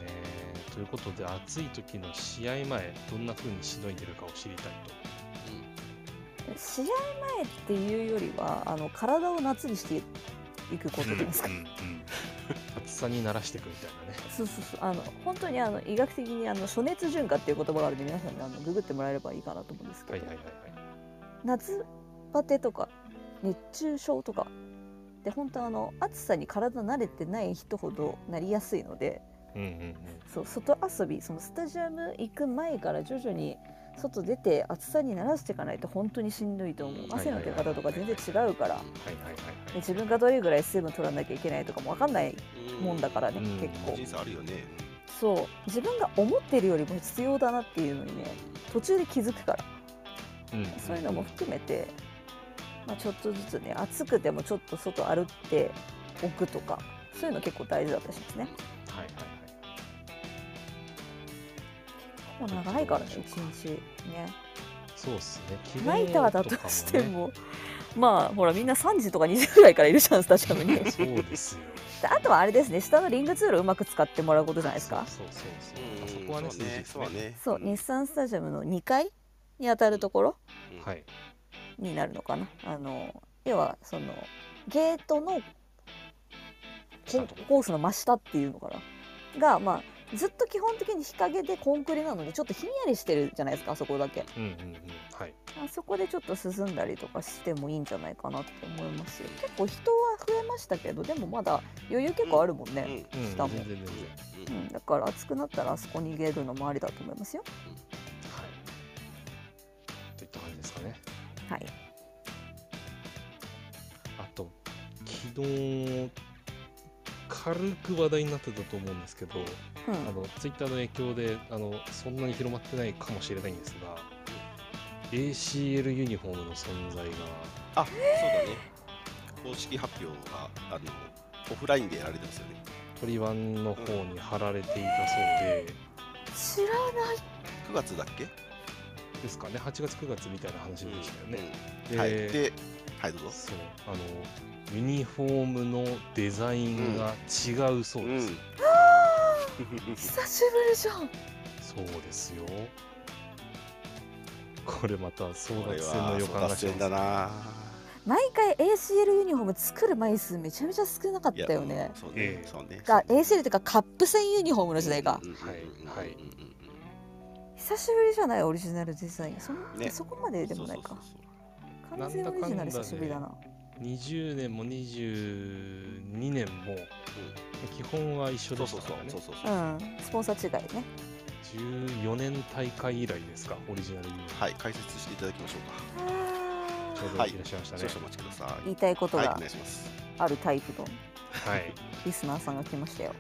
[SPEAKER 1] ということで暑い時の試合前どんな風にしのいでるかを知りたいと
[SPEAKER 3] 試合前っていうよりはあの体を夏にしていくことですか、
[SPEAKER 1] うんうんうん、暑さに慣らしていくみたいなね
[SPEAKER 3] そうそうそうあの本当にあの医学的にあの暑熱順化っていう言葉があるんで皆さんにあのググってもらえればいいかなと思うんですけど、
[SPEAKER 1] はいはいはいはい
[SPEAKER 3] 夏バテとか熱中症とかで本当あの暑さに体慣れてない人ほどなりやすいので
[SPEAKER 1] うんうんうん
[SPEAKER 3] そう外遊びそのスタジアム行く前から徐々に外出て暑さに慣らしていかないと本当にしんどいと思う汗の出方とか全然違うから
[SPEAKER 1] はいはいはい
[SPEAKER 3] で自分がどれぐらい水分取らなきゃいけないとかも分かんないもんだからね
[SPEAKER 1] うん
[SPEAKER 3] 結構
[SPEAKER 2] 人生あるよね。
[SPEAKER 3] そう自分が思ってるよりも必要だなっていうのにね途中で気づくから
[SPEAKER 1] うんん
[SPEAKER 3] そういうのも含めて、まあ、ちょっとずつね暑くてもちょっと外歩っておくとかそういうの結構大事だったりしますね
[SPEAKER 1] はいはい
[SPEAKER 3] もう長いからね
[SPEAKER 1] そうでし
[SPEAKER 3] 一
[SPEAKER 1] ょうか
[SPEAKER 3] 日ね
[SPEAKER 1] はいそうっすね着
[SPEAKER 3] ナイ
[SPEAKER 1] 替え
[SPEAKER 3] ターだ
[SPEAKER 1] と
[SPEAKER 3] と
[SPEAKER 1] かね
[SPEAKER 3] してもまあほらみんな3時とか2時ぐらいからいるじゃんスタジアムにで
[SPEAKER 1] [LAUGHS] そうですよ
[SPEAKER 3] [LAUGHS] あとはあれですね下のリングツールをうまく使ってもらうことじゃないですか
[SPEAKER 1] そうそうそう
[SPEAKER 2] うん
[SPEAKER 1] あそこはね数
[SPEAKER 2] そう
[SPEAKER 1] 字
[SPEAKER 2] ね
[SPEAKER 1] です
[SPEAKER 2] そうは
[SPEAKER 1] ね
[SPEAKER 2] ね。
[SPEAKER 3] そう日産スタジアムの2階に当たるところ
[SPEAKER 2] うん
[SPEAKER 1] は。い
[SPEAKER 3] になるのかなあの要はそのゲートのコンコースの真下っていうのかなが、まあ、ずっと基本的に日陰でコンクリなのでちょっとひんやりしてるじゃないですかあそこだけ
[SPEAKER 1] うんうんうんはい
[SPEAKER 3] あそこでちょっと進んだりとかしてもいいんじゃないかなって思いますよ結構人は増えましたけどでもまだ余裕結構あるもん
[SPEAKER 2] うん
[SPEAKER 3] ね、
[SPEAKER 1] うん
[SPEAKER 3] 下も
[SPEAKER 1] 全然全然
[SPEAKER 2] うん
[SPEAKER 3] うんだから暑くなったらあそこに逃げるのもありだと思いますよ
[SPEAKER 1] はいといった感じですかね
[SPEAKER 3] はい
[SPEAKER 1] あと昨日軽く話題になってたと思うんですけど、
[SPEAKER 3] うん
[SPEAKER 1] あのツイッターの影響であのそんなに広まってないかもしれないんですが ACL ユニフォームの存在が
[SPEAKER 2] あ、そうだね。公式発表があのオフラインでやられてますよね。
[SPEAKER 1] トリワンの方に貼られていたそうで、
[SPEAKER 3] 知らない
[SPEAKER 2] 9月だっけ？
[SPEAKER 1] ですかね8月9月みたいな話でしたよね、
[SPEAKER 2] うん
[SPEAKER 1] で,、
[SPEAKER 2] はい。で、はいどうぞ。
[SPEAKER 1] そうあのユニフォームのデザインが違うそうです、
[SPEAKER 2] うん
[SPEAKER 3] 久しぶりじゃん
[SPEAKER 1] そうですよこれまた争
[SPEAKER 2] これ
[SPEAKER 1] 奪戦の
[SPEAKER 2] は
[SPEAKER 1] 予
[SPEAKER 2] 争
[SPEAKER 1] 感が
[SPEAKER 2] 奪
[SPEAKER 1] しま
[SPEAKER 2] 戦
[SPEAKER 1] す
[SPEAKER 2] だな
[SPEAKER 3] 毎回 ACL ユニフォーム作る枚数めちゃめちゃ少なかったよ
[SPEAKER 2] いや
[SPEAKER 3] ね
[SPEAKER 2] うんそう
[SPEAKER 1] え
[SPEAKER 2] ね
[SPEAKER 1] え
[SPEAKER 2] そうね
[SPEAKER 3] が
[SPEAKER 2] そうね
[SPEAKER 3] ACL っていうかカップ戦ユニフォームの時代か
[SPEAKER 2] うんうんうんうん
[SPEAKER 1] はいはい
[SPEAKER 2] うんうんうん
[SPEAKER 3] 久しぶりじゃないオリジナルデザインそ,、
[SPEAKER 2] ね
[SPEAKER 3] そこまででもない
[SPEAKER 2] そ
[SPEAKER 3] か
[SPEAKER 2] うそうそう
[SPEAKER 3] 完全オリジナル
[SPEAKER 1] なんだかんだで
[SPEAKER 3] 久しぶりだな
[SPEAKER 1] 20年も22年も基本は一緒
[SPEAKER 2] そ
[SPEAKER 1] で
[SPEAKER 2] う
[SPEAKER 1] し
[SPEAKER 2] そう
[SPEAKER 1] た
[SPEAKER 2] そ
[SPEAKER 1] か
[SPEAKER 2] う
[SPEAKER 1] らね
[SPEAKER 2] そうそうそう
[SPEAKER 3] うんスポンサー違いね
[SPEAKER 1] 14年大会以来ですかオリジナルに
[SPEAKER 2] はい解説していただきましょう
[SPEAKER 3] あ
[SPEAKER 1] ちょう
[SPEAKER 3] ー
[SPEAKER 1] どいらっしゃいました
[SPEAKER 2] か
[SPEAKER 1] ね
[SPEAKER 2] 少々お待ちくださ
[SPEAKER 3] 言いたいこと
[SPEAKER 2] いはいお
[SPEAKER 3] が
[SPEAKER 2] 願いします
[SPEAKER 3] あるタイプの
[SPEAKER 1] はい、はい、
[SPEAKER 3] リスナーさんが来ましたよ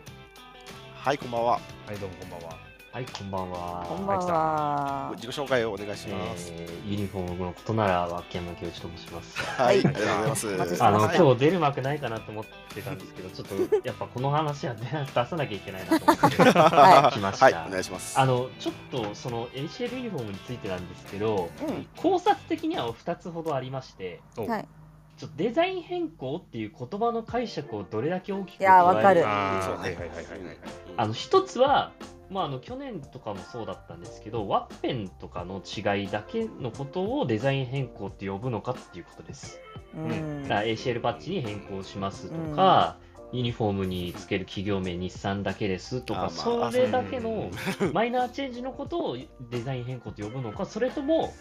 [SPEAKER 2] はいこんばんは
[SPEAKER 1] どうもこんばんは
[SPEAKER 4] はい、こんばんは。
[SPEAKER 3] こんばんは
[SPEAKER 2] 自己紹介をお願いします
[SPEAKER 4] えーユニフォームのことなら、わけの教授と申
[SPEAKER 3] [LAUGHS]
[SPEAKER 4] します。
[SPEAKER 2] はいあり
[SPEAKER 3] は
[SPEAKER 2] が
[SPEAKER 3] い
[SPEAKER 2] とうございます
[SPEAKER 3] お待ちして
[SPEAKER 4] あの、
[SPEAKER 3] はい
[SPEAKER 4] 今日出る幕ないかなと思ってたんですけど、ちょっと、やっぱこの話は出な出さなきゃいけないなと思って。
[SPEAKER 3] [LAUGHS] は
[SPEAKER 4] 来ました
[SPEAKER 2] はいお願いします
[SPEAKER 4] あの、ちょっと、その ACL ユニフォームについてなんですけど、
[SPEAKER 3] うん
[SPEAKER 4] 考察的には2つほどありまして、
[SPEAKER 1] お
[SPEAKER 3] はい
[SPEAKER 4] ちょっとデザイン変更っていう言葉の解釈をどれだけ大きく
[SPEAKER 3] いやーわか
[SPEAKER 4] 捉え
[SPEAKER 3] る
[SPEAKER 4] る
[SPEAKER 1] あー
[SPEAKER 2] そうね
[SPEAKER 1] はいはいはいはいはい
[SPEAKER 4] あの一つは、まあ、あの去年とかもそうだったんですけど、ワッペンとかの違いだけのことをデザイン変更って呼ぶのかっていうことです。
[SPEAKER 3] うん
[SPEAKER 4] だから ACL バッジに変更しますとか、ユニフォームにつける企業名、日産だけですと
[SPEAKER 2] あ
[SPEAKER 4] か、
[SPEAKER 2] ーまあ
[SPEAKER 4] それだけの
[SPEAKER 2] うん
[SPEAKER 4] [LAUGHS] マイナーチェンジのことをデザイン変更と呼ぶのか、それとも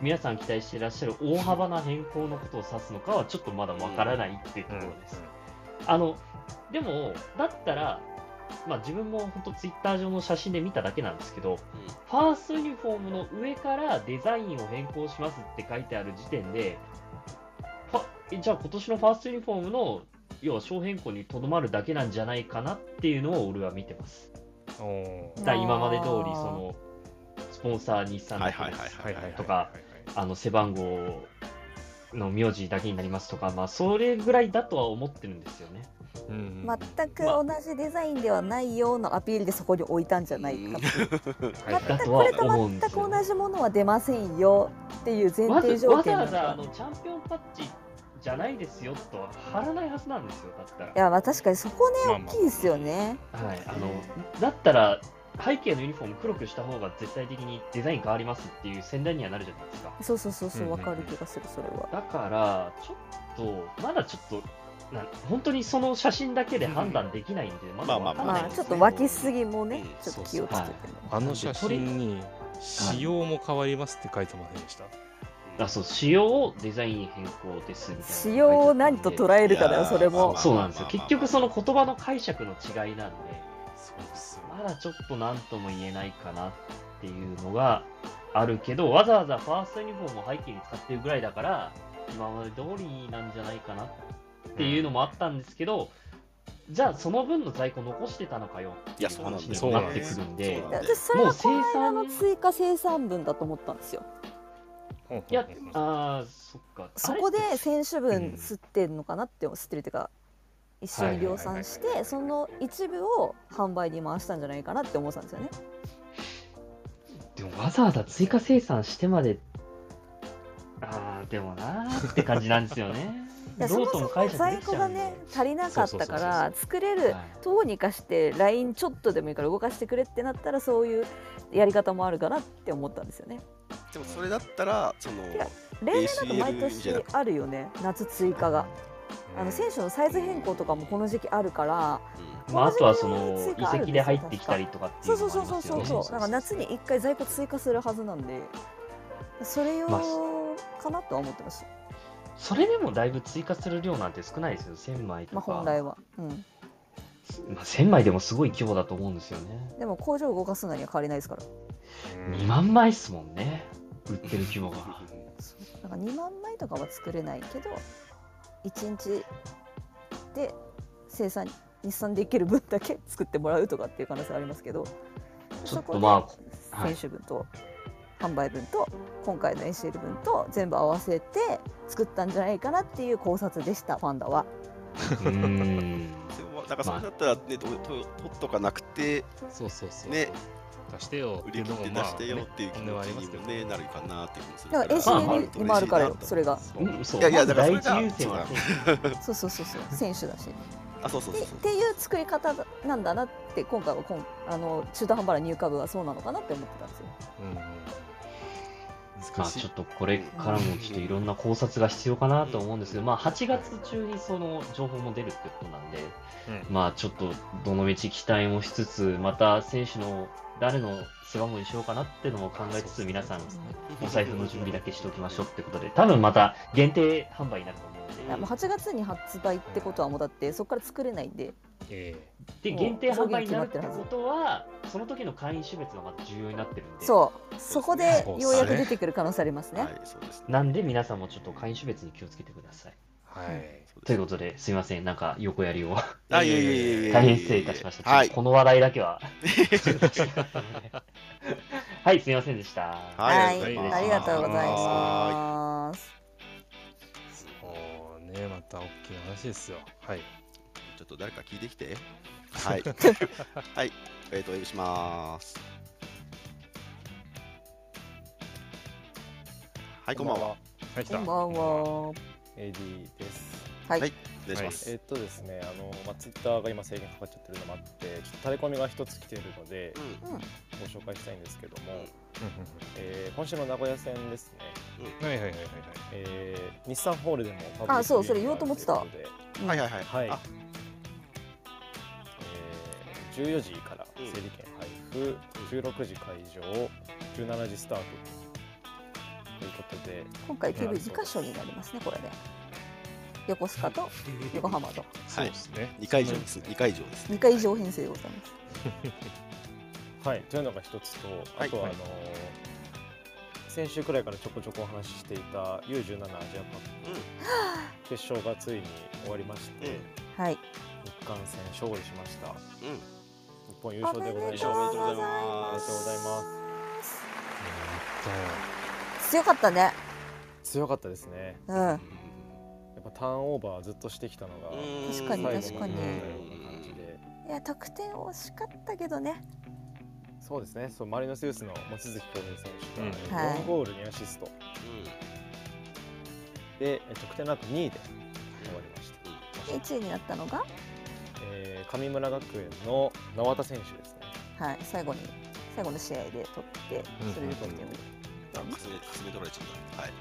[SPEAKER 4] 皆さん期待していらっしゃる大幅な変更のことを指すのかは、ちょっとまだわからないっていうところです。あのでも、だったら、まあ、自分も本当、ツイッター上の写真で見ただけなんですけど、ファーストユニフォームの上からデザインを変更しますって書いてある時点で、ファえじゃあ、今年のファーストユニフォームの要は小変更にとどまるだけなんじゃないかなっていうのを俺は見てます。
[SPEAKER 1] うんおー
[SPEAKER 4] だから今まで通り
[SPEAKER 3] あー
[SPEAKER 4] そのスポンサー日産
[SPEAKER 2] はい
[SPEAKER 4] だけ
[SPEAKER 2] はい
[SPEAKER 4] で
[SPEAKER 2] はい
[SPEAKER 4] す
[SPEAKER 1] はいはいはいはいはい
[SPEAKER 4] とかあの背番号の名字だけになりますとか、まあ、それぐらいだとは思ってるんですよね。
[SPEAKER 1] うんうんうん
[SPEAKER 3] 全く同じデザインではないようなアピールでそこに置いたんじゃないかと
[SPEAKER 1] はいはい
[SPEAKER 4] だと
[SPEAKER 3] こ
[SPEAKER 4] は
[SPEAKER 3] れと
[SPEAKER 4] 思うん
[SPEAKER 3] 全
[SPEAKER 4] ですよ
[SPEAKER 3] く同じものは出ませんよっていう前
[SPEAKER 4] わ
[SPEAKER 3] 提
[SPEAKER 4] ざ
[SPEAKER 3] 条
[SPEAKER 4] わ
[SPEAKER 3] 件な
[SPEAKER 4] ざわ
[SPEAKER 3] の
[SPEAKER 4] ざあ
[SPEAKER 3] か
[SPEAKER 4] のチャンピオンパッチじゃないですよとは貼らないはずなんですよだった
[SPEAKER 3] い
[SPEAKER 4] ら、
[SPEAKER 3] やまあ確かにそこね
[SPEAKER 1] まあ
[SPEAKER 3] 大
[SPEAKER 1] まあ
[SPEAKER 3] きいですよね
[SPEAKER 4] はい、あのだったら背景のユニフォーム黒くした方が絶対的にデザイン変わりますっていう宣伝にはなるじゃないですか
[SPEAKER 3] そうそうそうそ
[SPEAKER 1] うん
[SPEAKER 3] う
[SPEAKER 1] うんう
[SPEAKER 3] わ
[SPEAKER 1] ん
[SPEAKER 3] かる気がするそれは
[SPEAKER 4] だからちょっとまだちょっとな本当にその写真だけで判断できないんで、まだわからな
[SPEAKER 3] ま
[SPEAKER 4] いん
[SPEAKER 3] あ
[SPEAKER 4] で
[SPEAKER 3] ち
[SPEAKER 4] す
[SPEAKER 3] ょ
[SPEAKER 4] ね
[SPEAKER 3] っと湧きすぎもね
[SPEAKER 2] うん
[SPEAKER 3] ちょっと気をつけてね
[SPEAKER 1] あの写真に仕様も変わりますって書いてませんでした
[SPEAKER 4] あそう仕様をデザイン変更ですみたいな
[SPEAKER 3] 使用を何と捉えるかだ
[SPEAKER 2] い
[SPEAKER 3] よ
[SPEAKER 2] やー
[SPEAKER 3] それも
[SPEAKER 2] まあ
[SPEAKER 4] そうなんですよ結局その言葉の解釈の違いなんで
[SPEAKER 1] そうですよ
[SPEAKER 4] まだちょっと何とも言えないかなっていうのがあるけど、わざわざファーストユニフォームを背景に使ってるぐらいだから、今まで通りなんじゃないかなっていうのもあったんですけど、じゃあその分の在庫残してたのかよっ
[SPEAKER 2] い
[SPEAKER 4] てい
[SPEAKER 2] や
[SPEAKER 4] う
[SPEAKER 2] そうなん
[SPEAKER 4] 話
[SPEAKER 2] です
[SPEAKER 4] にもなってくるんで、
[SPEAKER 2] そうな
[SPEAKER 3] いや
[SPEAKER 2] ん
[SPEAKER 3] 私それ
[SPEAKER 4] もう
[SPEAKER 3] は
[SPEAKER 4] 生
[SPEAKER 3] この間
[SPEAKER 4] 産
[SPEAKER 3] の追加生産分だと思ったんですよ
[SPEAKER 4] いや、あーそっか。
[SPEAKER 3] そこ
[SPEAKER 4] あれ
[SPEAKER 3] で選手分
[SPEAKER 1] うん
[SPEAKER 3] 吸ってんのかなって吸ってるっていうか一緒に量産し
[SPEAKER 1] はいはいはいは
[SPEAKER 3] て
[SPEAKER 1] い
[SPEAKER 3] その一部を販売に回したんじゃないかなって思ってたんですよね。
[SPEAKER 4] でもわざわざ追加生産してまで、ああ、でもなーって感じなんですよね
[SPEAKER 3] いやそ
[SPEAKER 4] ど
[SPEAKER 3] も
[SPEAKER 4] う
[SPEAKER 3] そ
[SPEAKER 4] と
[SPEAKER 3] も
[SPEAKER 4] も解釈
[SPEAKER 3] 在
[SPEAKER 4] できち
[SPEAKER 3] 庫
[SPEAKER 4] ゃ
[SPEAKER 3] が
[SPEAKER 4] うんで
[SPEAKER 3] ね足りなかった
[SPEAKER 1] そ
[SPEAKER 3] か
[SPEAKER 1] うそうそうそ
[SPEAKER 3] ら作れる
[SPEAKER 4] はい
[SPEAKER 3] どうにかして LINE ちょっとでもいいから動かしてくれってなったらそういうやり方もあるかなって思ったんですよね
[SPEAKER 2] でもそれだったらその
[SPEAKER 3] や例年だと毎
[SPEAKER 2] ACL じゃな
[SPEAKER 3] 年
[SPEAKER 2] く
[SPEAKER 3] あるよね夏追加があの選手のサイズ変更とかもこの時期あるから
[SPEAKER 4] まあ、あとはそ
[SPEAKER 3] 同じ追加あるん
[SPEAKER 4] の移
[SPEAKER 3] ですよ
[SPEAKER 4] 籍で入ってきたりとかってい
[SPEAKER 3] そう
[SPEAKER 4] う
[SPEAKER 3] そ
[SPEAKER 4] の
[SPEAKER 3] う
[SPEAKER 4] もあ
[SPEAKER 3] そう
[SPEAKER 4] り
[SPEAKER 3] そ
[SPEAKER 4] ま
[SPEAKER 3] うそうそ
[SPEAKER 4] すよね。
[SPEAKER 3] うなんか夏に一回在庫追加するはずなんでそれ用
[SPEAKER 4] まあ
[SPEAKER 3] かなとは思ってます
[SPEAKER 4] それでもだいぶ追加する量なんて少ないですよ、1000枚と
[SPEAKER 3] まあ
[SPEAKER 4] か。
[SPEAKER 3] 本来は、うん、
[SPEAKER 4] まあ1000枚でもすごい規模だと思うんですよね。
[SPEAKER 3] でも工場を動かすのには変わりないですから
[SPEAKER 4] 2万枚っすもんね、売ってる規模が。
[SPEAKER 3] なんか2万枚とかは作れないけど1日で生産日産できる分だけ作ってもらうとかっていう可能性はありますけど
[SPEAKER 4] ちょ
[SPEAKER 3] そ
[SPEAKER 4] っ
[SPEAKER 3] ことで
[SPEAKER 4] まはい
[SPEAKER 3] 選手分と販売分と今回の ACL 分と全部合わせて作ったんじゃないかなっていう考察でしたファンダは
[SPEAKER 4] あ、う
[SPEAKER 2] [LAUGHS]
[SPEAKER 4] ーん。
[SPEAKER 2] でもだからそれだったらねとと取っとかなくて
[SPEAKER 1] そうそうそう
[SPEAKER 2] ね
[SPEAKER 1] 出してよ
[SPEAKER 2] 売り切って出してよっていう気
[SPEAKER 1] 本
[SPEAKER 2] 持ち
[SPEAKER 1] 音はありますけ
[SPEAKER 2] に
[SPEAKER 1] ど
[SPEAKER 2] もねなるかなっていう気もする
[SPEAKER 3] だから
[SPEAKER 4] まあまあ
[SPEAKER 3] ACL にもあるからよそれが
[SPEAKER 4] うん、そう。
[SPEAKER 2] いやいや
[SPEAKER 4] ま
[SPEAKER 2] だ
[SPEAKER 4] ず
[SPEAKER 2] からそ
[SPEAKER 4] 第
[SPEAKER 2] れ
[SPEAKER 4] 一
[SPEAKER 2] が
[SPEAKER 4] 優先は
[SPEAKER 2] そ
[SPEAKER 4] 選
[SPEAKER 3] そうそうそう
[SPEAKER 4] [LAUGHS]
[SPEAKER 3] そう選手だし
[SPEAKER 2] あそうそう
[SPEAKER 3] で
[SPEAKER 2] そう
[SPEAKER 3] っ
[SPEAKER 2] そう
[SPEAKER 3] ていう作り方なんだなって今回はこんあの中途半端な入荷部はそうなのかなって思ってたんですよ
[SPEAKER 1] うんうん難
[SPEAKER 4] まあ、
[SPEAKER 1] しい
[SPEAKER 4] ちょっとこれからもちょっといろんな考察が必要かなと思うんですけど、まあ、8月中にその情報も出るってことなんで、
[SPEAKER 1] うん
[SPEAKER 4] まあ、ちょっとどの道期待もしつつ、また選手の誰の背番号にしようかなってのも考えつつ、皆さん、お財布の準備だけしておきましょうってことで、多分また限定販売になると思うんで
[SPEAKER 3] いやもう8月に発売ってことはもうだってそこから作れないんで
[SPEAKER 1] え
[SPEAKER 4] で限定販売になるってことは、その時の会員種別がまた重要になってるんで、
[SPEAKER 3] そうそこで
[SPEAKER 1] そうっすね
[SPEAKER 3] ようやく出てくる可能性あります
[SPEAKER 2] は
[SPEAKER 3] ね
[SPEAKER 2] い、そうですね。
[SPEAKER 4] なんで皆さんもちょっと会員種別に気をつけてください。
[SPEAKER 1] はい。
[SPEAKER 2] そうです
[SPEAKER 4] ということで、すいません、なんか横やりを
[SPEAKER 2] あ、いえいえいえいえ。
[SPEAKER 4] 大変失礼いたしました。
[SPEAKER 2] はい
[SPEAKER 4] ちょっと。この話題だ
[SPEAKER 2] [LAUGHS]
[SPEAKER 4] けは。 [LAUGHS] はい、すいませんでした。
[SPEAKER 2] はい
[SPEAKER 1] はい
[SPEAKER 3] ありがとうございます
[SPEAKER 1] もうね、また大きな話ですよ。はい。
[SPEAKER 2] ちょっと誰か聞いてきて。はい。はい。えっと、お呼びします。はい、こんばんは。。
[SPEAKER 1] はい、来
[SPEAKER 3] こ
[SPEAKER 1] た。
[SPEAKER 3] んばんは
[SPEAKER 5] AD です。
[SPEAKER 3] はい、
[SPEAKER 2] はいお願いします。
[SPEAKER 5] えっとですね、あのまあ、ツイッターが今制限かかっちゃってるのもあって、ちょっと垂れ込みが一つ来ているので、ご紹介したいんですけども、
[SPEAKER 2] うん
[SPEAKER 1] うん
[SPEAKER 5] えー今週の名古屋戦ですね、
[SPEAKER 1] うんはいはいはいはいはい。
[SPEAKER 5] えー日産ホールでもパブリック
[SPEAKER 3] あそう
[SPEAKER 5] ビューイ
[SPEAKER 3] そ
[SPEAKER 5] ング
[SPEAKER 3] れ言おうと思ってた
[SPEAKER 5] があるいうこ
[SPEAKER 2] うんはいはいはい。
[SPEAKER 5] はい
[SPEAKER 2] あ
[SPEAKER 5] とでえー14時から整理券配布、16時会場、17時スタートということで、
[SPEAKER 3] 今回 TV2 箇所になりますねこれね横須賀と横浜と
[SPEAKER 1] そうですね。
[SPEAKER 2] 二回以上ですね。二回以上ですね。
[SPEAKER 3] 2回以上編成でございます
[SPEAKER 5] はい、というのが一つと、
[SPEAKER 2] はい
[SPEAKER 5] あとはあ
[SPEAKER 1] はい
[SPEAKER 5] のー先週くらいからちょこちょこお話ししていた U17 アジアカップ決勝がついに終わりまして、
[SPEAKER 2] うん
[SPEAKER 3] はい
[SPEAKER 5] 日韓戦勝利しました。日
[SPEAKER 2] うん。うん。
[SPEAKER 5] 本優勝でござい
[SPEAKER 3] お
[SPEAKER 5] ま
[SPEAKER 3] め
[SPEAKER 5] す。
[SPEAKER 3] でとうご
[SPEAKER 5] あ
[SPEAKER 3] ざい
[SPEAKER 5] り
[SPEAKER 3] ま
[SPEAKER 5] がとうございます
[SPEAKER 3] 強かったね
[SPEAKER 5] す。強かったですね。
[SPEAKER 3] うん
[SPEAKER 5] やっぱターンオーバーずっとしてきたのが、
[SPEAKER 3] 確かに
[SPEAKER 5] 最後
[SPEAKER 3] 確かに
[SPEAKER 5] みたいな感じで。
[SPEAKER 3] いや得点惜しかったけどね
[SPEAKER 5] そうですね。そうマリノスユースの望月浩平選手
[SPEAKER 3] うん
[SPEAKER 5] が
[SPEAKER 3] はい
[SPEAKER 5] 4ゴールにアシストでえ得点ランク2位で終わりました。
[SPEAKER 3] で1位になったのが
[SPEAKER 5] えー神村学園の縄田選手ですね。
[SPEAKER 3] はい最後に最後の試合で取ってそれで得点を
[SPEAKER 2] なんかすめ、かすめ取られちゃった。はい。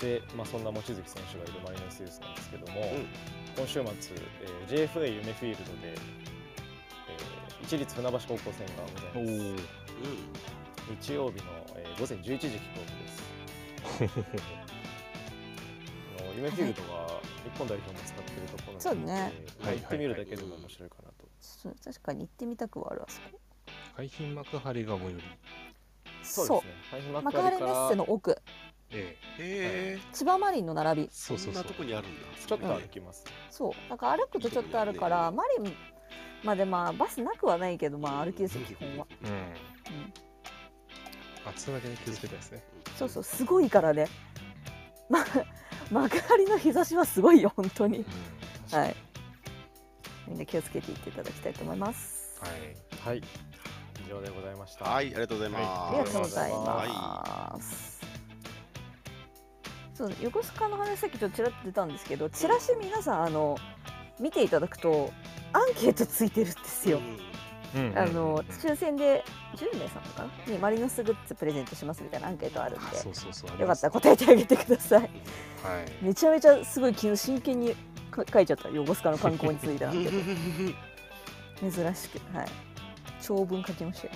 [SPEAKER 5] で、まあ、そんな望月選手がいるマリノスユースなんですけども、
[SPEAKER 2] ん
[SPEAKER 5] 今週末、えー JFA 夢フィールドで、えー、一律船橋高校戦が
[SPEAKER 1] お
[SPEAKER 5] ございま
[SPEAKER 1] お。
[SPEAKER 5] す日曜日の、えー午前11時キックオフですあの夢フィールドは日本代表も使ってるところ
[SPEAKER 3] そう
[SPEAKER 5] なの
[SPEAKER 3] ね
[SPEAKER 5] で、
[SPEAKER 2] はい
[SPEAKER 5] 行ってみるだけでも面白いかなと、
[SPEAKER 3] そう確かに行ってみたくはあるあそこ
[SPEAKER 1] 海浜幕張が最寄り。
[SPEAKER 5] そう
[SPEAKER 3] そ
[SPEAKER 5] ですねハイフ
[SPEAKER 3] う
[SPEAKER 5] マ
[SPEAKER 3] マ
[SPEAKER 5] ッ
[SPEAKER 3] カーレメッセの奥
[SPEAKER 1] ええ。
[SPEAKER 2] へえ。
[SPEAKER 3] 千葉マリンの並び
[SPEAKER 1] そうそうそ
[SPEAKER 2] ん
[SPEAKER 1] う
[SPEAKER 2] なと。こにあるんだ。
[SPEAKER 5] ちょっと歩きます、
[SPEAKER 3] そうなんか歩くとちょっとあるからマリンまでまあバスなくはないけどまあ歩きですよ基本は、
[SPEAKER 1] うん。
[SPEAKER 3] うん、
[SPEAKER 1] 暑さだけに気をつけたいですね。
[SPEAKER 3] そうそうすごいからねま [LAUGHS] 幕張の日差しはすごいよ本当にはいみんな気をつけていっていただきたいと思います
[SPEAKER 1] はい。
[SPEAKER 5] はい以上でございました、
[SPEAKER 2] はい、ありがとうござい
[SPEAKER 3] あ
[SPEAKER 2] ます。
[SPEAKER 3] りがとうござい
[SPEAKER 2] は
[SPEAKER 3] ます、そう横須賀の話さっきちょっとちらっと出たんですけどチラシ皆さんあの見ていただくとアンケートついてるんです
[SPEAKER 2] い
[SPEAKER 3] よ、
[SPEAKER 2] うん
[SPEAKER 1] うん
[SPEAKER 3] あの抽選で10名様かなにマリノスグッズプレゼントしますみたいなアンケートあるん
[SPEAKER 1] あ
[SPEAKER 3] で
[SPEAKER 1] そうそうそう。あり
[SPEAKER 3] よか
[SPEAKER 1] ま
[SPEAKER 3] っ
[SPEAKER 1] す
[SPEAKER 3] たら答えてあげてください
[SPEAKER 1] はい。
[SPEAKER 3] めちゃめちゃすごい昨日真剣にか書いちゃった横須賀の観光につ
[SPEAKER 2] [LAUGHS]
[SPEAKER 3] いてなんて珍しくはい長文書きましたよ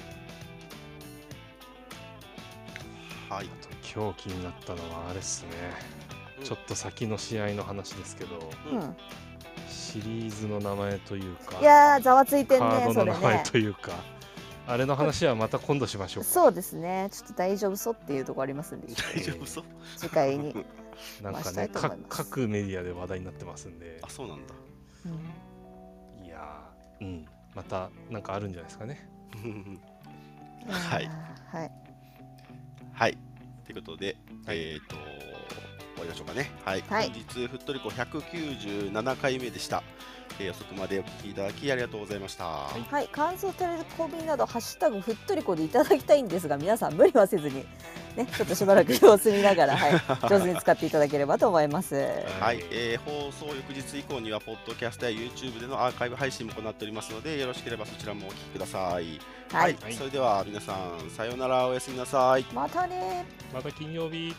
[SPEAKER 2] はい。
[SPEAKER 1] あと今日気になったのはあれっすね。ちょっと先の試合の話ですけど、
[SPEAKER 2] うん
[SPEAKER 3] うん
[SPEAKER 1] シリーズの名前というか、
[SPEAKER 3] いやーざわつい
[SPEAKER 1] カ
[SPEAKER 3] てんね
[SPEAKER 1] ー
[SPEAKER 3] そ
[SPEAKER 1] ドの
[SPEAKER 3] れ
[SPEAKER 1] 名前
[SPEAKER 3] ね
[SPEAKER 1] というか、あれの話はまた今度しましょうか。
[SPEAKER 3] そうですねちょっと大丈夫そうっていうところありますんで
[SPEAKER 1] [LAUGHS]
[SPEAKER 2] 大丈夫そう。
[SPEAKER 3] 次回に、
[SPEAKER 1] なん
[SPEAKER 3] まあ
[SPEAKER 1] か
[SPEAKER 3] した
[SPEAKER 1] ね
[SPEAKER 3] い、と思
[SPEAKER 1] か
[SPEAKER 3] います
[SPEAKER 1] 各メディアで話題になってますんで
[SPEAKER 2] あ、、そうなんだ。
[SPEAKER 3] うん
[SPEAKER 1] いやー、うん、またなんかあるんじゃないですかね。
[SPEAKER 2] はい
[SPEAKER 3] あーはい
[SPEAKER 2] はい。ということで、
[SPEAKER 1] はい
[SPEAKER 2] えっ、と、終わりましょうかね。はい。
[SPEAKER 3] はい
[SPEAKER 2] 本日、ふっとりこ197回目でした。えー遅くまでお聞きいただきありがとうございました。はい。
[SPEAKER 3] はい、感想テレコミなど「ハッシュタグふっとりこ」でいただきたいんですが皆さん無理はせずにね、ちょっとしばらく様子見なが
[SPEAKER 2] [LAUGHS]
[SPEAKER 3] ら、はい、上手に使っていただければと思います。
[SPEAKER 2] はい、えー放送翌日以降には、ポッドキャストや YouTube でのアーカイブ配信も行っておりますので、よろしければそちらもお聞きください。
[SPEAKER 3] はい、
[SPEAKER 1] はい
[SPEAKER 2] それでは皆さん、さようなら、おやすみなさい。
[SPEAKER 3] またね
[SPEAKER 1] また金曜日。